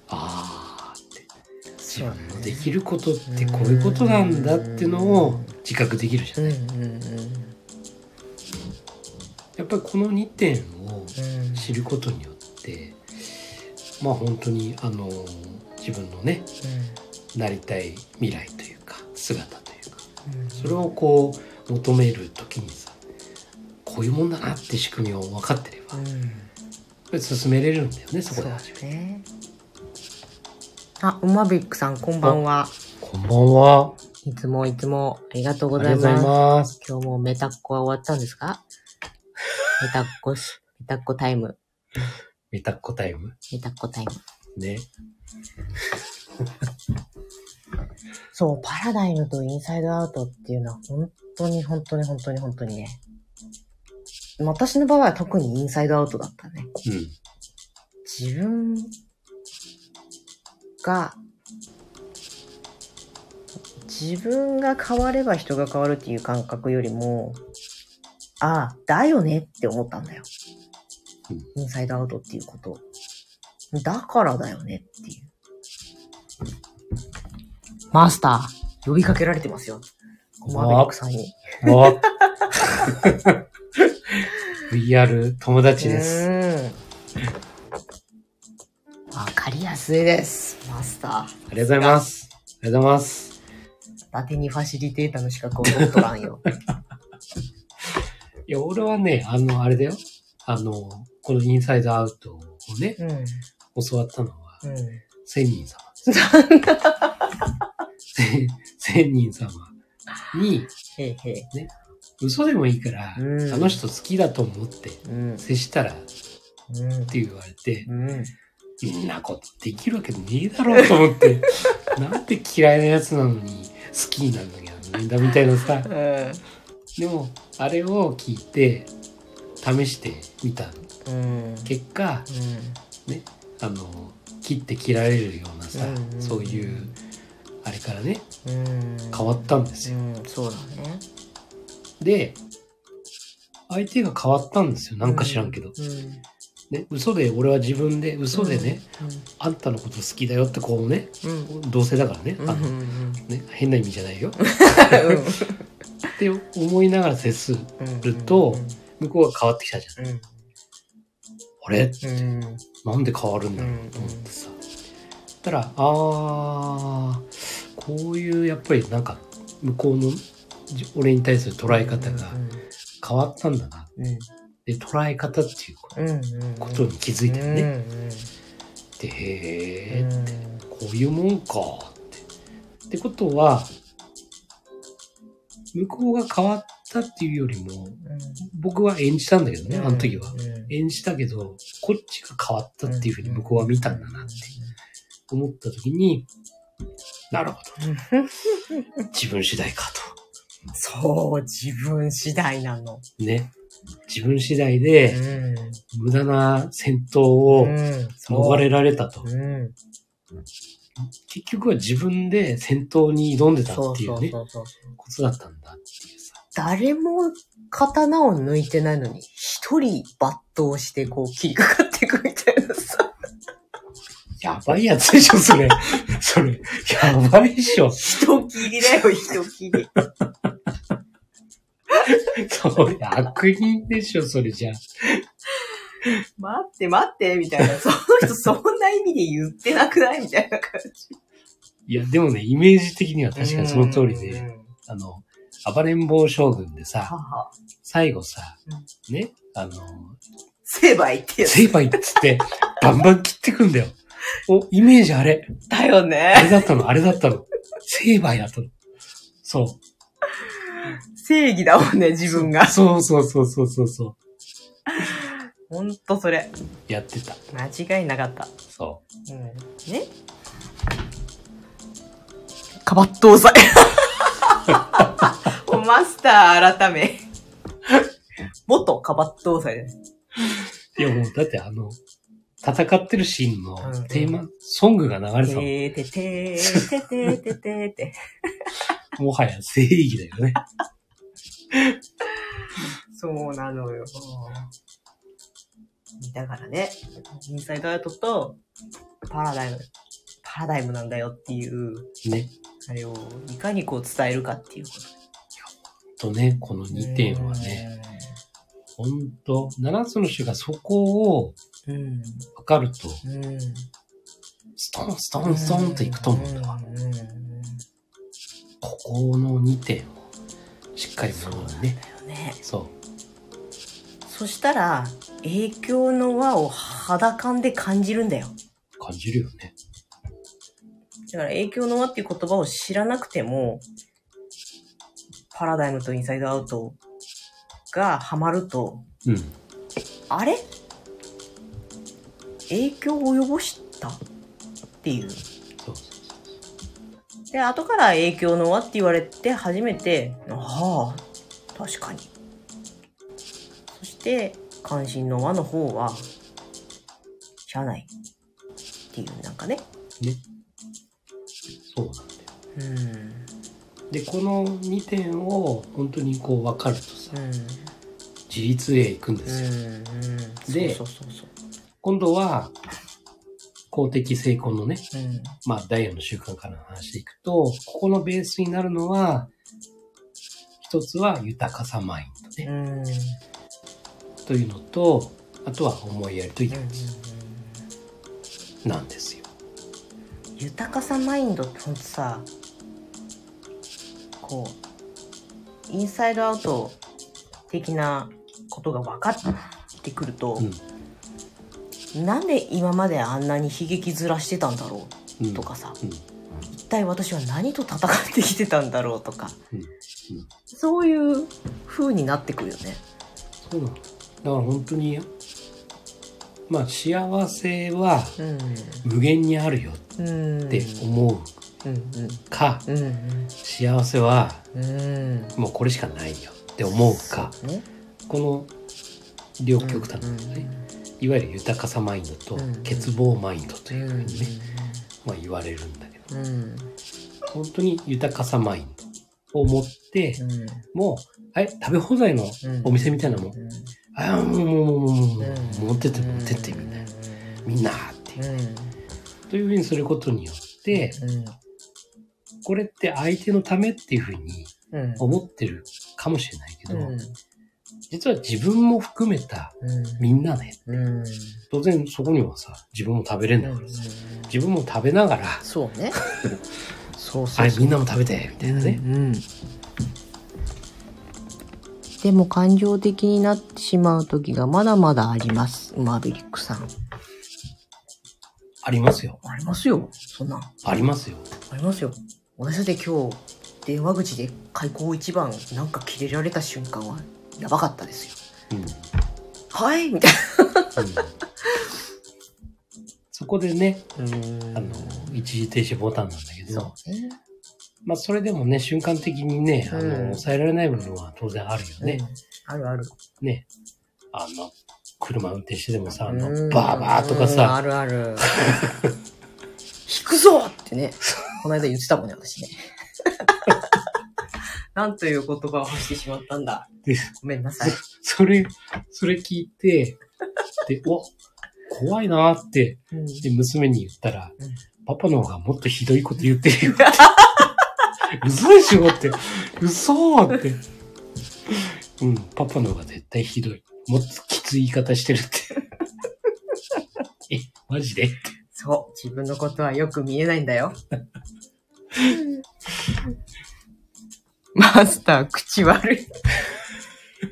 Speaker 3: ああって自
Speaker 2: そうだね
Speaker 3: 分のできることってこういうことなんだってのを自覚できるじゃ
Speaker 2: うんん
Speaker 3: ない
Speaker 2: うんうん
Speaker 3: やっぱりこの2点
Speaker 2: う
Speaker 3: を
Speaker 2: ん
Speaker 3: 知ることによってまあ本当にあの自分のねなりたい未来というか姿というか
Speaker 2: うん
Speaker 3: それをこう求める時にさこういうもんだなって仕組みを分かってれば
Speaker 2: う
Speaker 3: やっ
Speaker 2: ん
Speaker 3: ぱり進めれるんだよねそこで
Speaker 2: そうだねあ、うまびっくさん、こんばんは。
Speaker 3: こんばんはあ
Speaker 2: いつもいつもありがとうご
Speaker 3: り
Speaker 2: ざい
Speaker 3: がとうござい
Speaker 2: ます。
Speaker 3: ます
Speaker 2: 今日もメタッコは終わったんですかメタッコし、メタッコタイム。
Speaker 3: めたっこタイム
Speaker 4: 寝たっこタイム。
Speaker 3: ね。
Speaker 2: そう、パラダイムとインサイドアウトっていうのは本当に本当に本当に本当にね。私の場合は特にインサイドアウトだったね。
Speaker 3: うん。
Speaker 2: 自分が、自分が変われば人が変わるっていう感覚よりも、ああ、だよねって思ったんだよ
Speaker 3: うん。
Speaker 2: インサイドアウトっていうこと。だからだよねっていう。
Speaker 4: マスタ
Speaker 2: 呼びかけられてますよ。マーベリックさんに。
Speaker 3: お VR 友達です。
Speaker 4: ー。わかりやす
Speaker 2: ついです。マスター。
Speaker 3: ありがとうございます。ありがとうございます。
Speaker 2: 伊達にファシリテーターの資格を取っとらんよ。
Speaker 3: いや、俺はね、あの、あれだよ。あの、このインサイドアウトをね、
Speaker 2: うん。うん。
Speaker 3: 教わったのは、千人様 です。千人様に、
Speaker 2: へいへい。
Speaker 3: 嘘でもいいから、
Speaker 2: うん
Speaker 3: あの人好きだと思って
Speaker 2: うん。
Speaker 3: 接したらっ
Speaker 2: うん。
Speaker 3: て言われて、
Speaker 2: うん。
Speaker 3: んなことできるわけねえだろうと 思って、なんて嫌いなやつなのに好きになるだけなんだみたいなさ。でも、あれを聞いて、試してみた
Speaker 2: うん。
Speaker 3: 結果、あの、切って切られるようなさ、
Speaker 2: うんうん
Speaker 3: そういう、あれからね、
Speaker 2: うん。
Speaker 3: 変わったんですよ。
Speaker 2: うん、そうだね。
Speaker 3: で、相手が変わったんですよ。なんか知らんけど。
Speaker 2: うん。
Speaker 3: ね、嘘で、俺は自分で、嘘でね、
Speaker 2: う
Speaker 3: あんたのこと好きだよってこうね、
Speaker 2: ん。
Speaker 3: 同性だからね、
Speaker 2: うん。
Speaker 3: あ
Speaker 2: うん。う
Speaker 3: の
Speaker 2: ん。
Speaker 3: ね変な意味じゃないよ。って思いながら接す
Speaker 2: うん。
Speaker 3: ると向こうが変わってきたじゃん。
Speaker 2: うん。
Speaker 3: あれ
Speaker 2: うん。
Speaker 3: なんで変わるんだろうと思ってさ。たら、あー、こういうやっぱりなんか向こうのじ俺に対する捉え方が変わったんだな。
Speaker 2: うん。
Speaker 3: で、捉え方っていうこ
Speaker 2: うん。
Speaker 3: ことに気づいてね。
Speaker 2: ね。
Speaker 3: で、へー
Speaker 2: う、ん。
Speaker 3: こういうもんかって。ってことは、向こうが変わったっていうよりも、僕は演じたんだけどね、あの時は。演じたけど、こっちが変わったっていうふうに向こうは見たんだなって思った時に、なるほど。 自分次第か
Speaker 2: そう、自分次第なの。
Speaker 3: と。ね。自分次第
Speaker 2: う
Speaker 3: で
Speaker 2: ん。
Speaker 3: 無駄な戦闘を
Speaker 2: うん。
Speaker 3: 逃れられたと。
Speaker 2: うん。
Speaker 3: 結局は自分で戦闘に挑んでた
Speaker 2: そ
Speaker 3: っ
Speaker 2: う
Speaker 3: てい
Speaker 2: そうう
Speaker 3: ね、
Speaker 2: そうそう。
Speaker 3: ことだったんだっていうさ。
Speaker 2: 誰も刀を抜いてないのに、一人抜刀して、こう、切りかかっていくみたいなさ。
Speaker 3: やばいやつでしょ、それ。 それ。やばいでしょ。
Speaker 2: 人切りだよ、人切り。
Speaker 3: それ、悪人でしょ、それじゃあ。
Speaker 2: 待って待って、みたいな。その人、そんな意味で言ってなくないみたいな感じ。
Speaker 3: いや、でもね、イメージ的には確かにその通りで、
Speaker 2: うん。
Speaker 3: あの、暴れん坊将軍で
Speaker 2: は
Speaker 3: さ、
Speaker 2: は。
Speaker 3: 最後さ、ね、あの、
Speaker 2: 成敗ってやつ
Speaker 3: 成敗っつって、バンバン切ってくんだよ。お、イメージあれ。
Speaker 2: だよ
Speaker 3: あ
Speaker 2: ね。
Speaker 3: れだったの、あれだったの。成敗だったの。そ
Speaker 2: 正義だもんね、自分
Speaker 3: う。
Speaker 2: が。
Speaker 3: そうそうそうそうそうそ
Speaker 2: ほんとそれ。
Speaker 3: う。やってた。
Speaker 2: 間違いなかった。
Speaker 3: そ
Speaker 2: うん。ね
Speaker 4: い。かばっとうさい。
Speaker 2: おマスター改め。元カバット祭です。
Speaker 3: う。いや、もう、だってあの、戦ってるシーンの
Speaker 2: うん
Speaker 3: テーマ、ソングが流れてたもん
Speaker 2: てーててーててててて。
Speaker 3: もはや正義だよね。
Speaker 2: そうなのよ。だからね、インサイドアウトとパラダイム、パラダイムなんだよっていう、
Speaker 3: ね。
Speaker 2: あれをいかにこう伝えるかっていうこと。
Speaker 3: とね、この2点はね、ほんと、7つの種がそこを
Speaker 2: うん。
Speaker 3: 分かると、
Speaker 2: うん。
Speaker 3: ストンス
Speaker 2: う
Speaker 3: ト
Speaker 2: ん。
Speaker 3: ンストンといくと思うんだわ。
Speaker 2: うん。
Speaker 3: ここの2点をしっかりものにね。
Speaker 2: ね。
Speaker 3: そ
Speaker 2: そしたら、影響の輪を肌感で感じるんだよ。
Speaker 3: う、感じるよね。
Speaker 2: だから影響の輪っていう言葉を知らなくても、パラダイムとインサイドアウトがハマると、
Speaker 3: うん。
Speaker 2: あれ影響を及ぼしたっていう。
Speaker 3: そうそうそう。
Speaker 2: で、後から影響の輪って言われて初めて、ああ、確かに。そして、関心の輪の方は、しゃあない。っていう、なんかね。
Speaker 3: そうなんだよ。
Speaker 2: うん。
Speaker 3: で、この2点を本当にこう分かるとさ
Speaker 2: う、ん。
Speaker 3: 自立へ行くんで
Speaker 2: う
Speaker 3: すよ。
Speaker 2: ん。うん。
Speaker 3: で
Speaker 2: そうそうそうそ
Speaker 3: 今度は、公的成婚のね、
Speaker 2: う。うん。
Speaker 3: まあ、ダイヤの習慣からの話でいくと、ここのベースになるのは、一つは豊かさマインドね、
Speaker 2: うん。
Speaker 3: というのと、あとは思いやりというなんですよ。
Speaker 2: 豊かさマインドってほんとさこうインサイドアウト的なことが分かってくると、なんで今まであんなに悲劇ずらしてたんだろ
Speaker 3: うん。
Speaker 2: うとかさ、
Speaker 3: うん。
Speaker 2: 一体私は何と戦ってきてたんだろうとか、
Speaker 3: うんうん
Speaker 2: そういう風になってくるよね。
Speaker 3: そうなの。だから本当に、まあ、幸せは無限にあるよっ
Speaker 2: うん、うん
Speaker 3: て思う
Speaker 2: うん
Speaker 3: か、
Speaker 2: うんうん
Speaker 3: 幸せは
Speaker 2: うん
Speaker 3: もうこれしかないよって思うか、
Speaker 2: ね
Speaker 3: この両極端なんだよね。いわゆる豊かさマインドと
Speaker 2: うん
Speaker 3: 欠乏マインドというふうにね、
Speaker 2: う
Speaker 3: まあ、言われるんだけど
Speaker 2: んうん
Speaker 3: 本当に豊かさマインドを持って、
Speaker 2: うん
Speaker 3: もうあれ食べ放題のお店みたいなもん、
Speaker 2: うん
Speaker 3: ああもうもうもうもうもう、
Speaker 2: うん
Speaker 3: 持ってって持ってってみんな、みんなっていう、
Speaker 2: う
Speaker 3: というふうにすることによって
Speaker 2: んうん
Speaker 3: これって相手のためっていうふうに
Speaker 2: うん
Speaker 3: 思ってるかもしれないけど、
Speaker 2: うん
Speaker 3: 実は自分も含めたみんなね
Speaker 2: うん
Speaker 3: 当然そこにはさ自分も食べれんだからさ、自分も食べながら
Speaker 2: そうねそう
Speaker 3: あ
Speaker 2: そう
Speaker 3: れ
Speaker 2: そう
Speaker 3: みんなも食べてみたいなね、
Speaker 2: うんでも感情的になってしまう時がまだまだありますマーベリックさん
Speaker 3: ありますよ。
Speaker 2: ありますよそんなん
Speaker 3: ありますよ。
Speaker 2: ありますよ私だって今日電話口で開口一番なんか切れられた瞬間はやばかったですよ
Speaker 3: うん。
Speaker 2: はいみたい
Speaker 3: そこでね、
Speaker 2: な
Speaker 3: あの、一時停止ボタンなんだけど、
Speaker 2: そうね
Speaker 3: まあそれでもね、瞬間的にね、あの、
Speaker 2: うん
Speaker 3: 抑えられない部分は当然あるよね。
Speaker 2: うん、あるある
Speaker 3: ね。あの、車運転してでもさ、あの
Speaker 2: うん、
Speaker 3: バーバーと
Speaker 2: う
Speaker 3: か
Speaker 2: んあ
Speaker 3: さ、
Speaker 2: るある。引くぞってね、この間言ってたもんね、私 ね。なんという言葉を発してしまったんだ。
Speaker 3: で
Speaker 2: ごめんなさい。
Speaker 3: それ、それ聞いて、で、お、怖いなーって、
Speaker 2: うん
Speaker 3: で、娘に言ったら、
Speaker 2: うん
Speaker 3: パパの方がもっとひどいこと言ってるよ って。嘘でしょって。 嘘って。うん、パパの方が絶対ひどい。もっときつい言い方してる って。え、マジで
Speaker 2: そう、自分のことはよく見えないんだよ。マスター、口悪い。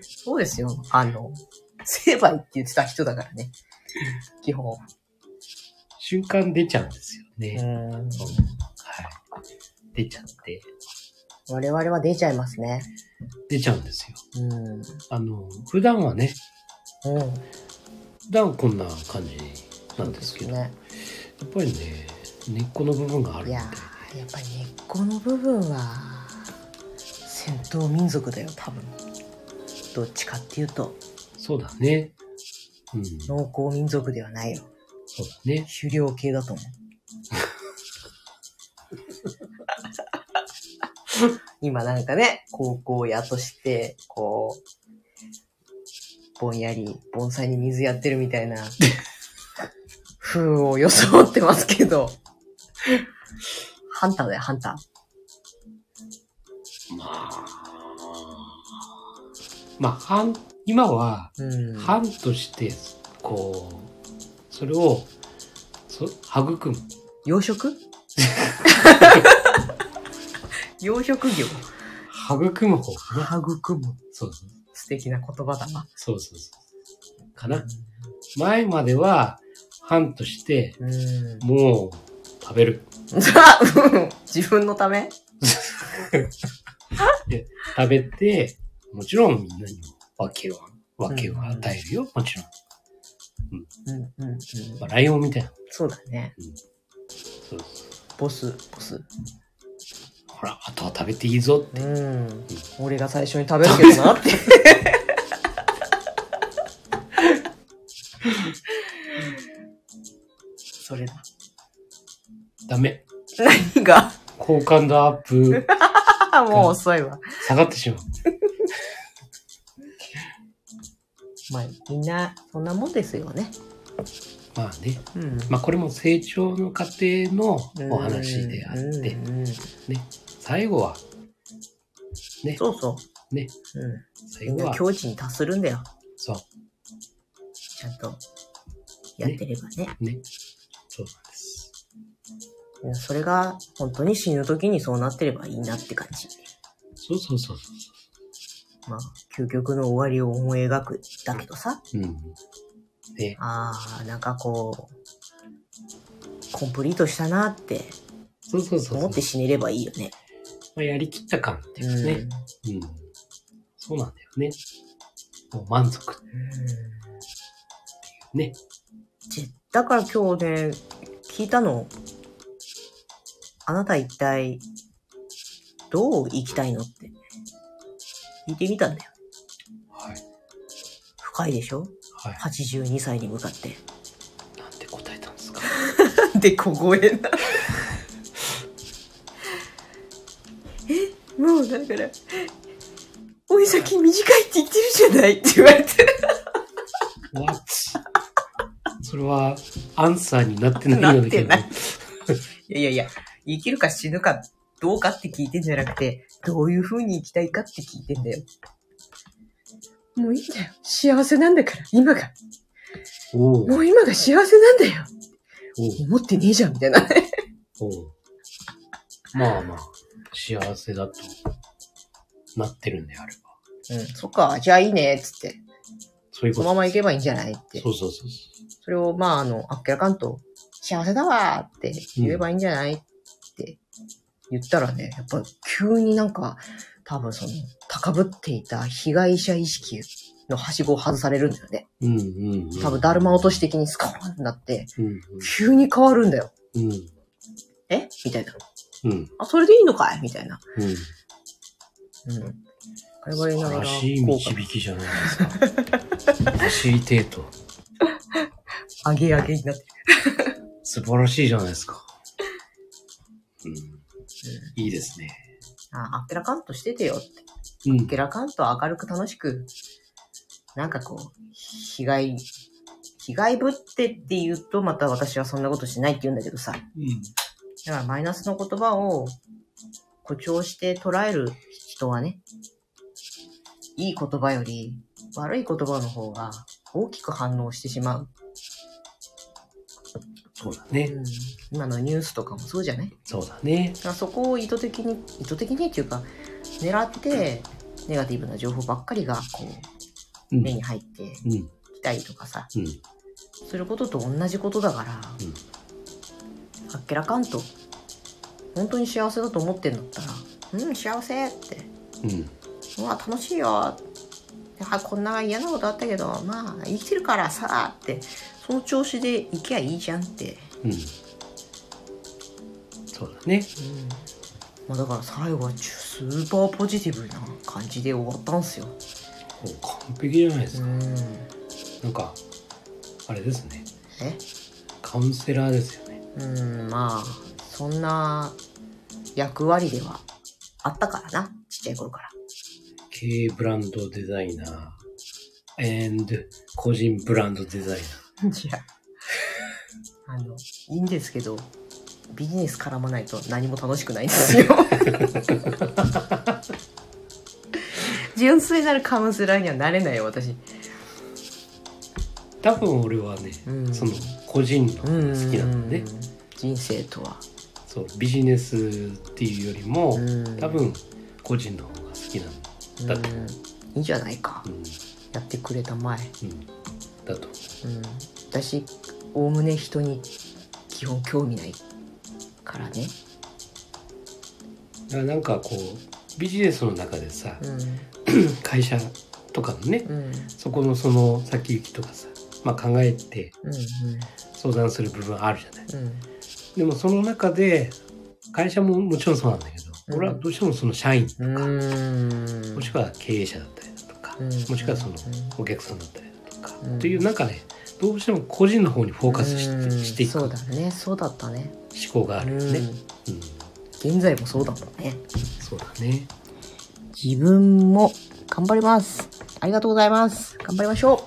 Speaker 2: そうですよ。あの、成敗って言ってた人だからね。基本。
Speaker 3: 瞬間出ちゃうんですよね。
Speaker 2: ん
Speaker 3: そうはい。出ちゃって。
Speaker 2: 我々は出ちゃいますね。
Speaker 3: 出ちゃうんですよ。
Speaker 2: うん。
Speaker 3: あの、普段はね、
Speaker 2: うん。
Speaker 3: 普段はこんな感じなんですけど、や
Speaker 2: ね。
Speaker 3: っぱりね、根っこの部分がある
Speaker 2: い
Speaker 3: ので
Speaker 2: や、ーやっぱり根っこの部分は戦闘民族だよ多分どっちかっていうと
Speaker 3: そうだね。うん、そう
Speaker 2: 農耕民族ではないよ
Speaker 3: だね。
Speaker 2: 狩猟系だと思う今なんかね高校やとしてこうぼんやり盆栽に水やってるみたいな風を装ってますけどハンターだよハンター
Speaker 3: まあ、まあ、ハン、今は、
Speaker 2: うん
Speaker 3: ハンとして、こう、それを、そ育む。
Speaker 2: 養 殖養殖業
Speaker 3: 育む方かな。
Speaker 2: 育む
Speaker 3: そうそう
Speaker 2: 素敵な言葉だな
Speaker 3: そうそうそう。かな。前までは、ハンとして、
Speaker 2: うん
Speaker 3: もう、食べる。
Speaker 2: 自分のため
Speaker 3: 食べて、もちろんみんなにも分けを、分けを与えるよ、もちろん。
Speaker 2: うんうんうん。
Speaker 3: まあ、ライオンみたいな。
Speaker 2: そうだね。
Speaker 3: そうです
Speaker 2: ボス、ボス。
Speaker 3: ほら、あとは食べていいぞ。
Speaker 2: うん。俺が最初に食べるけどなって。 それだ。
Speaker 3: ダメ。
Speaker 2: 何が
Speaker 3: 好感度アップ、
Speaker 2: もう遅いわ。
Speaker 3: 下がってしまう。
Speaker 2: まあ、みんな、そんなもんですよね。
Speaker 3: まあね。
Speaker 2: うん。
Speaker 3: まあこれも成長の過程のお話であっ
Speaker 2: うん
Speaker 3: て、
Speaker 2: うんうん
Speaker 3: 最後は、ね、
Speaker 2: そうそ
Speaker 3: ね、
Speaker 2: う。うん。
Speaker 3: 最
Speaker 2: みん
Speaker 3: 後
Speaker 2: な
Speaker 3: は、
Speaker 2: 境地に達するんだよ。
Speaker 3: そう、
Speaker 2: ちゃんと。やってればね。
Speaker 3: ね、そうなんです。
Speaker 2: うんそれが、本当に死ぬ時にそうなってればいいなって感じ。
Speaker 3: そうそうそう。
Speaker 2: まあ、究極の終わりを思い描く。だけどさ。
Speaker 3: うん。ね、
Speaker 2: あー、なんかこう、コンプリートしたなって
Speaker 3: そうそうそうそ
Speaker 2: 思
Speaker 3: う
Speaker 2: っ。て死ねればいいよね。
Speaker 3: まあ、やりきった感っていうかね、うん。そうなんだよね。もう満足
Speaker 2: うんうん
Speaker 3: ね。
Speaker 2: じだから今日ね、聞いたの。あなた一体、どう生きたいのって。聞いてみたんだよ。
Speaker 3: はい。
Speaker 2: 深いでしょ
Speaker 3: はい。
Speaker 2: ?82 歳に向かって。
Speaker 3: なんて答えたんですか。
Speaker 2: で凍えなえもうだから「おい先短いって言ってるじゃない」って言われて
Speaker 3: What? それは、アンサーになってないようだけど。
Speaker 2: なっていやいやいや生きるか死ぬかどうかって聞いてんじゃなくてどういう風に生きたいかって聞いてんだよもういいんだよ幸せなんだから今が
Speaker 3: おうおう
Speaker 2: う今が幸せなんだよ思ってねえじゃんみたいな
Speaker 3: おうまあまあ、幸せだと、なってるんであれば。
Speaker 2: うんそっかじゃあいいねっつって
Speaker 3: そういう
Speaker 2: そ
Speaker 3: こ
Speaker 2: のま
Speaker 3: と
Speaker 2: ま行けばいいんじゃないって
Speaker 3: そうそうそうそ
Speaker 2: それを、まあ、あの、あっけらかんと、幸せだわーって言えばいいんじゃない、って言ったらね、やっぱ急になんか、多分その、高ぶっていた被害者意識のはしごを外されるんだよね。
Speaker 3: う。うんうん、うん。
Speaker 2: 多分、だるま落とし的にスコーンってなって、
Speaker 3: うんうん。
Speaker 2: 急に変わるんだよ。
Speaker 3: うん。
Speaker 2: えみたいな。
Speaker 3: うん。
Speaker 2: あ、それでいいのかいみたいな。
Speaker 3: うん。
Speaker 2: うん。あれ
Speaker 3: 素
Speaker 2: が言いな
Speaker 3: 晴
Speaker 2: がら、
Speaker 3: らしい
Speaker 2: こうか
Speaker 3: 導きじゃないです か。ファシリテート。
Speaker 2: 上げ上げになってる。
Speaker 3: 素晴らしいじゃないですか。うん。いいですね。
Speaker 2: あ、あっけらかんとしててよって。
Speaker 3: うん
Speaker 2: ゲラカンと明るく楽しく、なんかこう、被害、被害ぶってって言うと、また私はそんなことしないって言うんだけどさ。
Speaker 3: うん。
Speaker 2: だからマイナスの言葉を誇張して捉える人はね、いい言葉より悪い言葉の方が大きく反応してしまう。
Speaker 3: そうだね。
Speaker 2: うん今のニュースとかもそうじゃない
Speaker 3: そうだね。
Speaker 2: だからそこを意図的に、意図的にっていうか、狙って、ネガティブな情報ばっかりが、こ
Speaker 3: う
Speaker 2: う、
Speaker 3: ん。
Speaker 2: 目に入って
Speaker 3: うん。
Speaker 2: きたりとかさ、
Speaker 3: うん。
Speaker 2: することと同じことだから、
Speaker 3: うん
Speaker 2: あっけらかんと本当に幸せだと思ってんだったら「うん幸せ」って
Speaker 3: うん。
Speaker 2: 「うわ楽しいよ」あこんな嫌なことあったけどまあ生きてるからさ」ってその調子で行きゃいいじゃんって、
Speaker 3: うん。そうだね。
Speaker 2: まあ、だから最後はちゅスーパーポジティブな感じで終わったんすよ
Speaker 3: もう完璧じゃないですか。
Speaker 2: ん
Speaker 3: なんか、あれですね。
Speaker 2: え
Speaker 3: カウンセラーですよね。
Speaker 2: うんまあそんな役割ではあったからなちっちゃい頃から
Speaker 3: 経営ブランドデザイナー、and 個人ブランドデザイ
Speaker 2: いや、あの、いいんですけど、ビジネス絡まないと何も楽しくないんです よ。純粋なるカウンセラーにはなれないよ、私。
Speaker 3: ナー。多分俺はね、
Speaker 2: うん
Speaker 3: その個人の好きなのね。
Speaker 2: うん人生とは。
Speaker 3: そうビジネスっていうよりも、
Speaker 2: うん
Speaker 3: 多分個人の方が好きなんだと、
Speaker 2: うんいいじゃないか
Speaker 3: う。ん
Speaker 2: やってくれたまえ。
Speaker 3: うんだと
Speaker 2: うん。私、おおむね人に基本興味ないからね。
Speaker 3: だからなんかこうビジネスの中でさ、
Speaker 2: うん。
Speaker 3: 会社とかのね
Speaker 2: うん。
Speaker 3: そこのその先行きとかさまあ、考えて
Speaker 2: うん
Speaker 3: 相談する部分あるじゃない。
Speaker 2: うんうん
Speaker 3: でもその中で、会社ももちろんそうなんだけ
Speaker 2: うん
Speaker 3: ど、俺はどうしてもその社員と
Speaker 2: う
Speaker 3: か、
Speaker 2: ーん
Speaker 3: もしくは経営者だったりだとか、
Speaker 2: うん
Speaker 3: もしくはその
Speaker 2: う
Speaker 3: お客さんだったりだとか、
Speaker 2: うん
Speaker 3: っていう中で、どうしても個人の方にフォーカスし
Speaker 2: う
Speaker 3: て
Speaker 2: ん
Speaker 3: していく
Speaker 2: そう
Speaker 3: 思
Speaker 2: だねそうだったね
Speaker 3: 考があるよね。
Speaker 2: うん
Speaker 3: うん、
Speaker 2: 現在もそうだもんね
Speaker 3: そうだね。
Speaker 4: 自分も頑張ります。ありがとうございます。頑張りましょ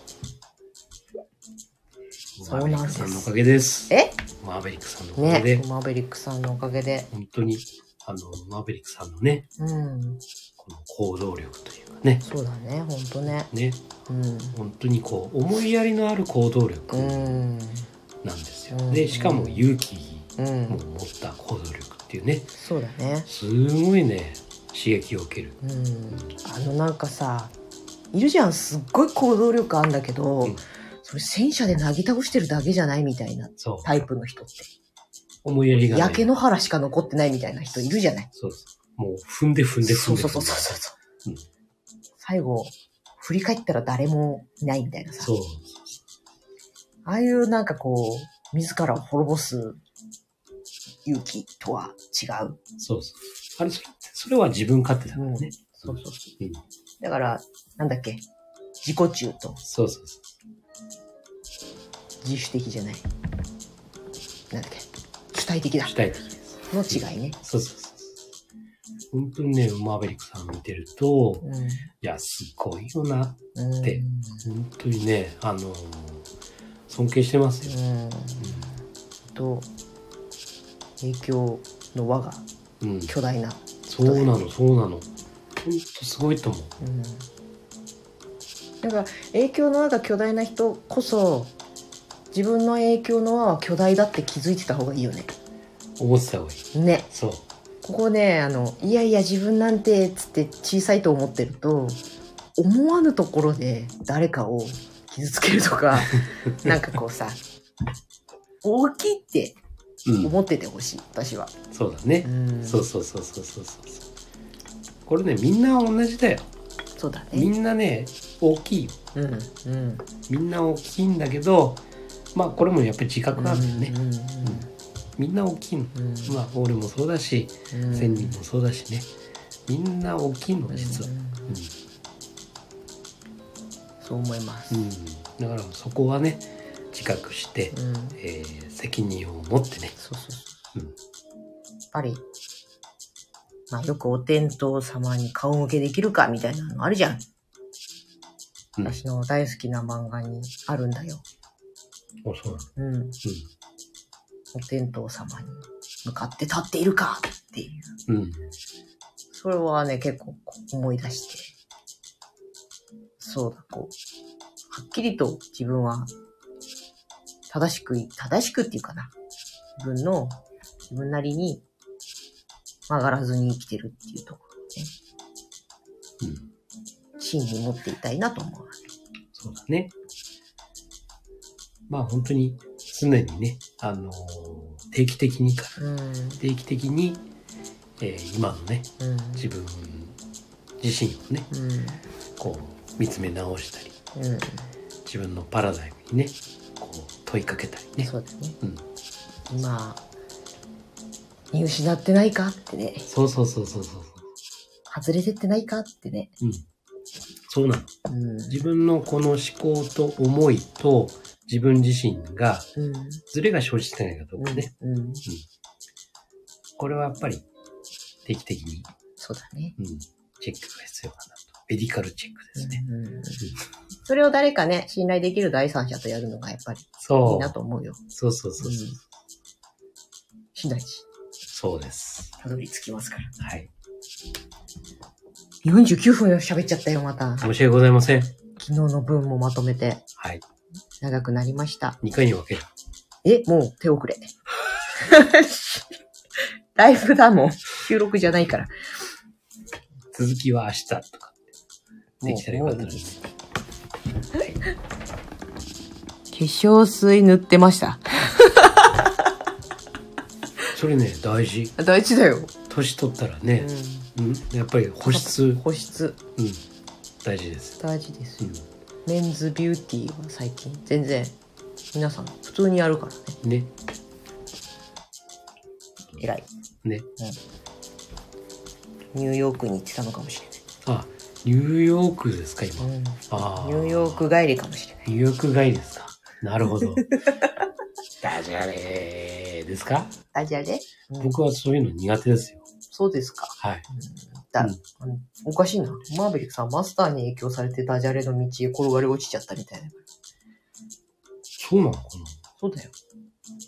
Speaker 3: マ
Speaker 2: そ
Speaker 3: ー
Speaker 2: う
Speaker 3: ベリ
Speaker 2: なん
Speaker 3: ッ
Speaker 2: で
Speaker 3: ク
Speaker 2: す
Speaker 3: さんのおかげです。
Speaker 2: うえ
Speaker 3: マーベリックさんのおかげで、
Speaker 2: ねマーベリックさんのおかげで
Speaker 3: 本当に、あの、マーベリックさんのね、
Speaker 2: うん
Speaker 3: この行動力というかね、
Speaker 2: そうだねほんとね
Speaker 3: ね、
Speaker 2: うん
Speaker 3: 本当にこう、思いやりのある行動力
Speaker 2: う
Speaker 3: な
Speaker 2: ん
Speaker 3: んですよ。
Speaker 2: うん
Speaker 3: で、しかも勇気
Speaker 2: う
Speaker 3: も
Speaker 2: ん
Speaker 3: 持った行動力っていうね、
Speaker 2: そうだね
Speaker 3: すごいね、刺激を受ける。
Speaker 2: うんあのなんかさいるじゃんすっごい行動力あんだけど、
Speaker 3: うん
Speaker 2: それ戦車でなぎ倒してるだけじゃないみたいな
Speaker 3: そう。
Speaker 2: タイプの人って
Speaker 3: 思いやりがない。
Speaker 2: 焼け野原しか残ってないみたいな人いるじゃない
Speaker 3: そうです。もう踏んで踏んで踏
Speaker 2: そ
Speaker 3: ん
Speaker 2: う
Speaker 3: で。
Speaker 2: そうそうそう
Speaker 3: 踏んで
Speaker 2: そう、
Speaker 3: うん
Speaker 2: 最後振り返ったら誰もいないみたいなさ
Speaker 3: そう。
Speaker 2: ああいうなんかこう自らを滅ぼす勇気とは違う
Speaker 3: そうそう。あれ、それそれは自分勝手だからね。
Speaker 2: そうそうそ
Speaker 3: うん
Speaker 2: うだからなんだっけ自己中と
Speaker 3: そうそうそう。
Speaker 2: 自主的じゃないなんだっけ主体的だ
Speaker 3: 主体的です。
Speaker 2: の違いね。
Speaker 3: そうそうそうそう。本当にね、マーベリックさん見てると、
Speaker 2: うん。
Speaker 3: いや、すごいよな。
Speaker 2: うん
Speaker 3: で本当にね、あのー尊敬してますよ。
Speaker 2: うん。と、影響の輪が
Speaker 3: うん。うん
Speaker 2: 巨大な。
Speaker 3: そうなの、そうなの。本当すごいと思う。
Speaker 2: うん。だから、影響の輪が巨大な人こそ、自分の影響の輪は巨大だって気づいてた方がいいよね。
Speaker 3: 思ってた方がいい。
Speaker 2: ね。
Speaker 3: そう。
Speaker 2: ここね、あの、いやいや自分なんて、つって小さいと思ってると、思わぬところで誰かを傷つけると か、なんかこうさ、大きいって
Speaker 3: うん。
Speaker 2: 思っててほしい私は、
Speaker 3: そうだね。
Speaker 2: ん
Speaker 3: そうそうそうそうそうそう。これね、みんな同じだよ。
Speaker 2: そうだ
Speaker 3: み
Speaker 2: ね
Speaker 3: んなね、大きいよ。
Speaker 2: うんうん
Speaker 3: みんな大きいんだけど、まあこれもやっぱり自覚なんだよね。
Speaker 2: うん
Speaker 3: みんな大きいの。
Speaker 2: うん
Speaker 3: まあ俺もそうだし、
Speaker 2: うん
Speaker 3: 仙人もそうだしね。みんな大きいの、実は
Speaker 2: う。んそう思います
Speaker 3: うん。うんだからそこはね、自覚して、
Speaker 2: うん
Speaker 3: えー責任を持ってね。
Speaker 2: そうそうそう
Speaker 3: うん
Speaker 2: やっぱりまあよくお天道様に顔向けできるかみたいなのあるじゃん
Speaker 3: うん
Speaker 2: 私の大好きな漫画にあるんだよ
Speaker 3: お、そうなの。
Speaker 2: うんお天道様に向かって立っているかっていう
Speaker 3: うん。うん。
Speaker 2: それはね、結構思い出して。そうだ、こう。はっきりと自分は、正しくい、正しくっていうかな。自分の、自分なりに、曲がらずに生きてるっていうところをね、
Speaker 3: うん。
Speaker 2: 芯に持っていたいなと思う。
Speaker 3: そうだね。まあ本当に常にね、あのー定期的にか、
Speaker 2: うん、
Speaker 3: 定期的に、えー今のね、
Speaker 2: うん、
Speaker 3: 自分自身をね、
Speaker 2: うん、
Speaker 3: こう見つめ直したり、
Speaker 2: うん、
Speaker 3: 自分のパラダイムにね、こう問いかけたりね。
Speaker 2: そうだね。
Speaker 3: うん、
Speaker 2: 今、見失ってないかってね、
Speaker 3: そうそうそうそうそう。
Speaker 2: 外れてってないかってね、
Speaker 3: うん、そうなの。
Speaker 2: うん、
Speaker 3: 自分のこの思考と思いと自分自身が
Speaker 2: うん、
Speaker 3: ズレが生じてないかどう
Speaker 2: う
Speaker 3: か
Speaker 2: ん
Speaker 3: ね。、
Speaker 2: うん、
Speaker 3: これはやっぱり定期的に
Speaker 2: そうだね。
Speaker 3: うん、チェックが必要かなと。メディカルチェックですね。
Speaker 2: うんうんうんそれを誰かね、信頼できる第三者とやるのがやっぱりいい
Speaker 3: そ
Speaker 2: な
Speaker 3: う。
Speaker 2: と思うよ。
Speaker 3: そうそうそうそう。
Speaker 2: うんしないし、
Speaker 3: そうです。
Speaker 2: たどり着きますから。
Speaker 3: はい。
Speaker 2: 49分喋っちゃったよ、また。昨
Speaker 3: 申し訳ございません。
Speaker 2: 日の分もまとめて
Speaker 3: はい。
Speaker 2: 長くなりました。
Speaker 3: 2回に分ける。
Speaker 2: え、もう手遅れ。 ライブだもん。収録じゃないから。
Speaker 3: 続きは明日とか。できたらよかった
Speaker 2: もう
Speaker 3: で。
Speaker 2: もういいです
Speaker 4: う。化粧水塗ってました。
Speaker 3: それね、大事。
Speaker 2: あ大事だよ。
Speaker 3: 年取ったらね、うん、やっぱり保湿、
Speaker 2: 保湿、
Speaker 3: うん、大事です。
Speaker 2: 大事です
Speaker 3: う
Speaker 2: よ。
Speaker 3: ん。
Speaker 2: メンズビューティーは最近全然皆さん普通にやるからね
Speaker 3: ね。
Speaker 2: 偉い
Speaker 3: ね。
Speaker 2: ニューヨークに行ってたのかもし
Speaker 3: あ、ニューヨークですか、
Speaker 2: れ
Speaker 3: 今。
Speaker 2: ない、うん、ニ
Speaker 3: あ
Speaker 2: ューヨー
Speaker 3: ク。
Speaker 2: ク帰りかもしれない
Speaker 3: ニューヨーク帰りですか。なる ほど。ダジャレですか
Speaker 2: ダジャレ、うん
Speaker 3: 僕はそういうの苦手ですよ。
Speaker 2: そうですか
Speaker 3: はい。
Speaker 2: だ、
Speaker 3: うん
Speaker 2: うんおかしいなマーベリックさんマスターに影響されてダジャレの道へ転がり落ちちゃったみたいな
Speaker 3: そうなのか
Speaker 2: そうだよ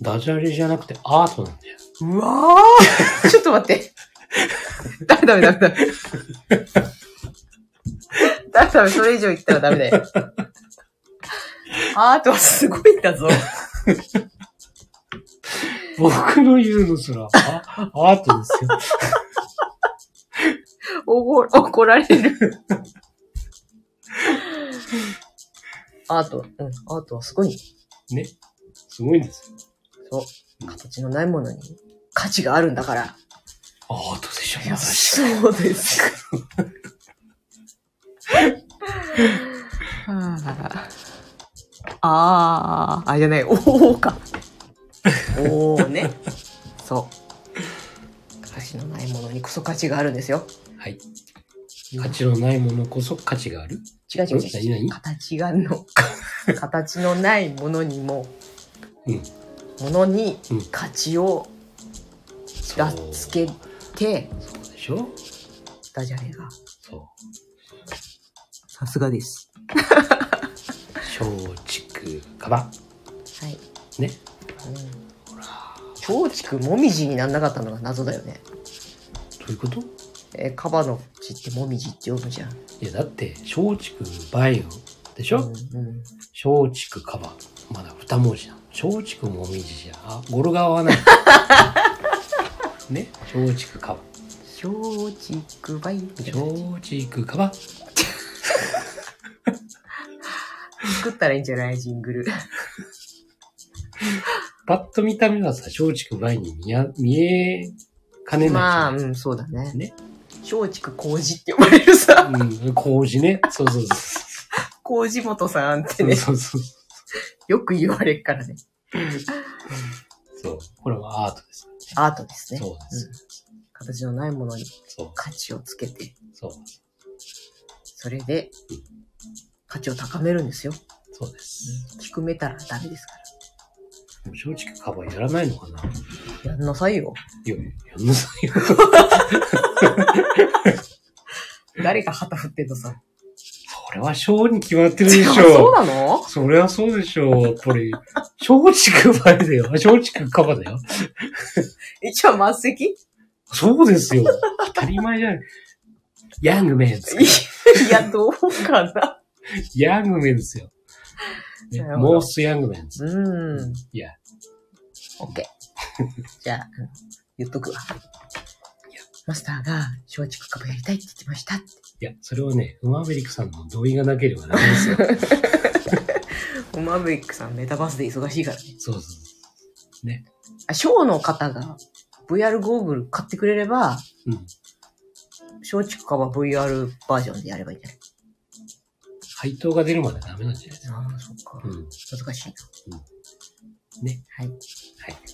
Speaker 3: なダジャレじゃなくてアートなんだよ。
Speaker 2: うわー ちょっと待って。ダメダメダメダメ。ダメダメ、それ以上言ったらダメだ よ。アートはすごいんだぞ。
Speaker 3: 僕の言うのすら、あ アートですよ。
Speaker 2: おご怒られる。 アート、うん、アートはすごい。
Speaker 3: ね。すごいんですよ。
Speaker 2: そう。形のないものに価値があるんだから。
Speaker 3: アートでしょ、
Speaker 2: いや、
Speaker 3: まさし
Speaker 2: そうですか。 ああ、あ、じゃない、おおか。おおね。そう。形のないものにこそ価値があるんですよ。
Speaker 3: はい。価値のないものこそ価値がある。
Speaker 2: 違う違う違う。
Speaker 3: 何々
Speaker 2: 形がの、形のないものにも、
Speaker 3: うん。
Speaker 2: ものに
Speaker 3: うん
Speaker 2: 価値を
Speaker 3: そ
Speaker 2: がつけて、
Speaker 3: そうでしょ
Speaker 2: ダジャレが。
Speaker 3: そう。
Speaker 2: さすがです。
Speaker 3: 松竹かば。
Speaker 2: はい。
Speaker 3: ね。
Speaker 2: うん松竹もみじになんなかったのが謎だよね。
Speaker 3: どういうこと
Speaker 2: えー、カバの字ってもみじって読むじゃん。
Speaker 3: いや、だって、松竹バイオでしょ、
Speaker 2: うんうん、
Speaker 3: 松竹かば。まだ二文字なの。松竹もみじじゃ、あ、語呂が合わ ない。ね。松竹かば。
Speaker 2: 松竹バイオじゃない
Speaker 3: 松竹かば。
Speaker 2: 作ったらいいんじゃないジングル。
Speaker 3: パッと見た目はさ、松竹バイオに見や見えかねないじゃ ん。
Speaker 2: まあ、うん、そうだね。
Speaker 3: ね
Speaker 2: 松竹麹って呼ばれるさ、
Speaker 3: うん、麹ね。そうそうそう
Speaker 2: 麹本さんって
Speaker 3: そう。
Speaker 2: ね、
Speaker 3: そうそうそ
Speaker 2: よく言われるからね。
Speaker 3: う。そう。これはアートです。
Speaker 2: アートですね。
Speaker 3: そうです。
Speaker 2: うん形のないものに
Speaker 3: そう。
Speaker 2: 価値をつけて、
Speaker 3: そう。
Speaker 2: それで価値を高めるんですよ。
Speaker 3: そうです。
Speaker 2: 低めたらダメですか
Speaker 3: もう松竹カバーやらないのかな
Speaker 2: ら。やんなさいよ。
Speaker 3: いや、やんなさいよ。
Speaker 2: 誰が旗振ってんのさ。
Speaker 3: それは小に決まってるでしょ。
Speaker 2: そうなの
Speaker 3: そりゃそうでしょう。やっぱり、松竹バイだよ。松竹カバだよ。
Speaker 2: 一応満席
Speaker 3: そうですよ。当たり前じゃない。ヤングメンです。
Speaker 2: いや、どうかな。
Speaker 3: ヤングメンですよ。ね
Speaker 2: なるほど
Speaker 3: モースヤングメンです。
Speaker 2: うん。
Speaker 3: いや、
Speaker 2: オッケー。じゃあ、あの言っとくわ。マスターが松竹株やりたいって言ってましたって。
Speaker 3: いや、それはね、ウマーベリックさんの同意がなければダメ ですよ。
Speaker 2: オマブリックさんメタバースで忙しいからね。
Speaker 3: そうそうそ
Speaker 2: あ、ショーの方が VR ゴーグル買ってくれれば、
Speaker 3: う。うん。
Speaker 2: 松竹株は VR バージョンでやればいいんじゃない
Speaker 3: 配当が出るまでダメなんじゃないですか。
Speaker 2: ああ、そっか
Speaker 3: うん。
Speaker 2: 難しいな。
Speaker 3: うんね。。
Speaker 2: はい。はい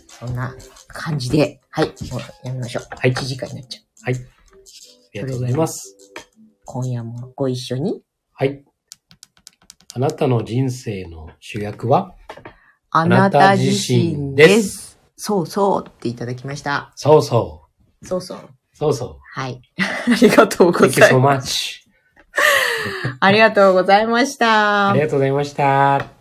Speaker 2: そんな感じで、はい。もうやめましょう。
Speaker 3: はい
Speaker 2: 1時間になっちゃう。
Speaker 3: はい。ありがとうございます。
Speaker 2: 今夜もご一緒に、
Speaker 3: はい。あなたの人生の主役は
Speaker 2: あ
Speaker 3: な
Speaker 2: な
Speaker 3: た
Speaker 2: た
Speaker 3: 自
Speaker 2: 自
Speaker 3: 身
Speaker 2: 身
Speaker 3: です
Speaker 2: です。そうそうっていただきました。
Speaker 3: そうそ
Speaker 2: そうそう。
Speaker 3: う。そうそ
Speaker 2: はい。 ありがとう
Speaker 3: う。
Speaker 2: ご
Speaker 3: Thank you
Speaker 2: ざい
Speaker 3: so
Speaker 2: ま
Speaker 3: much.
Speaker 2: す。ありがとうございました
Speaker 3: あり。がとうございました。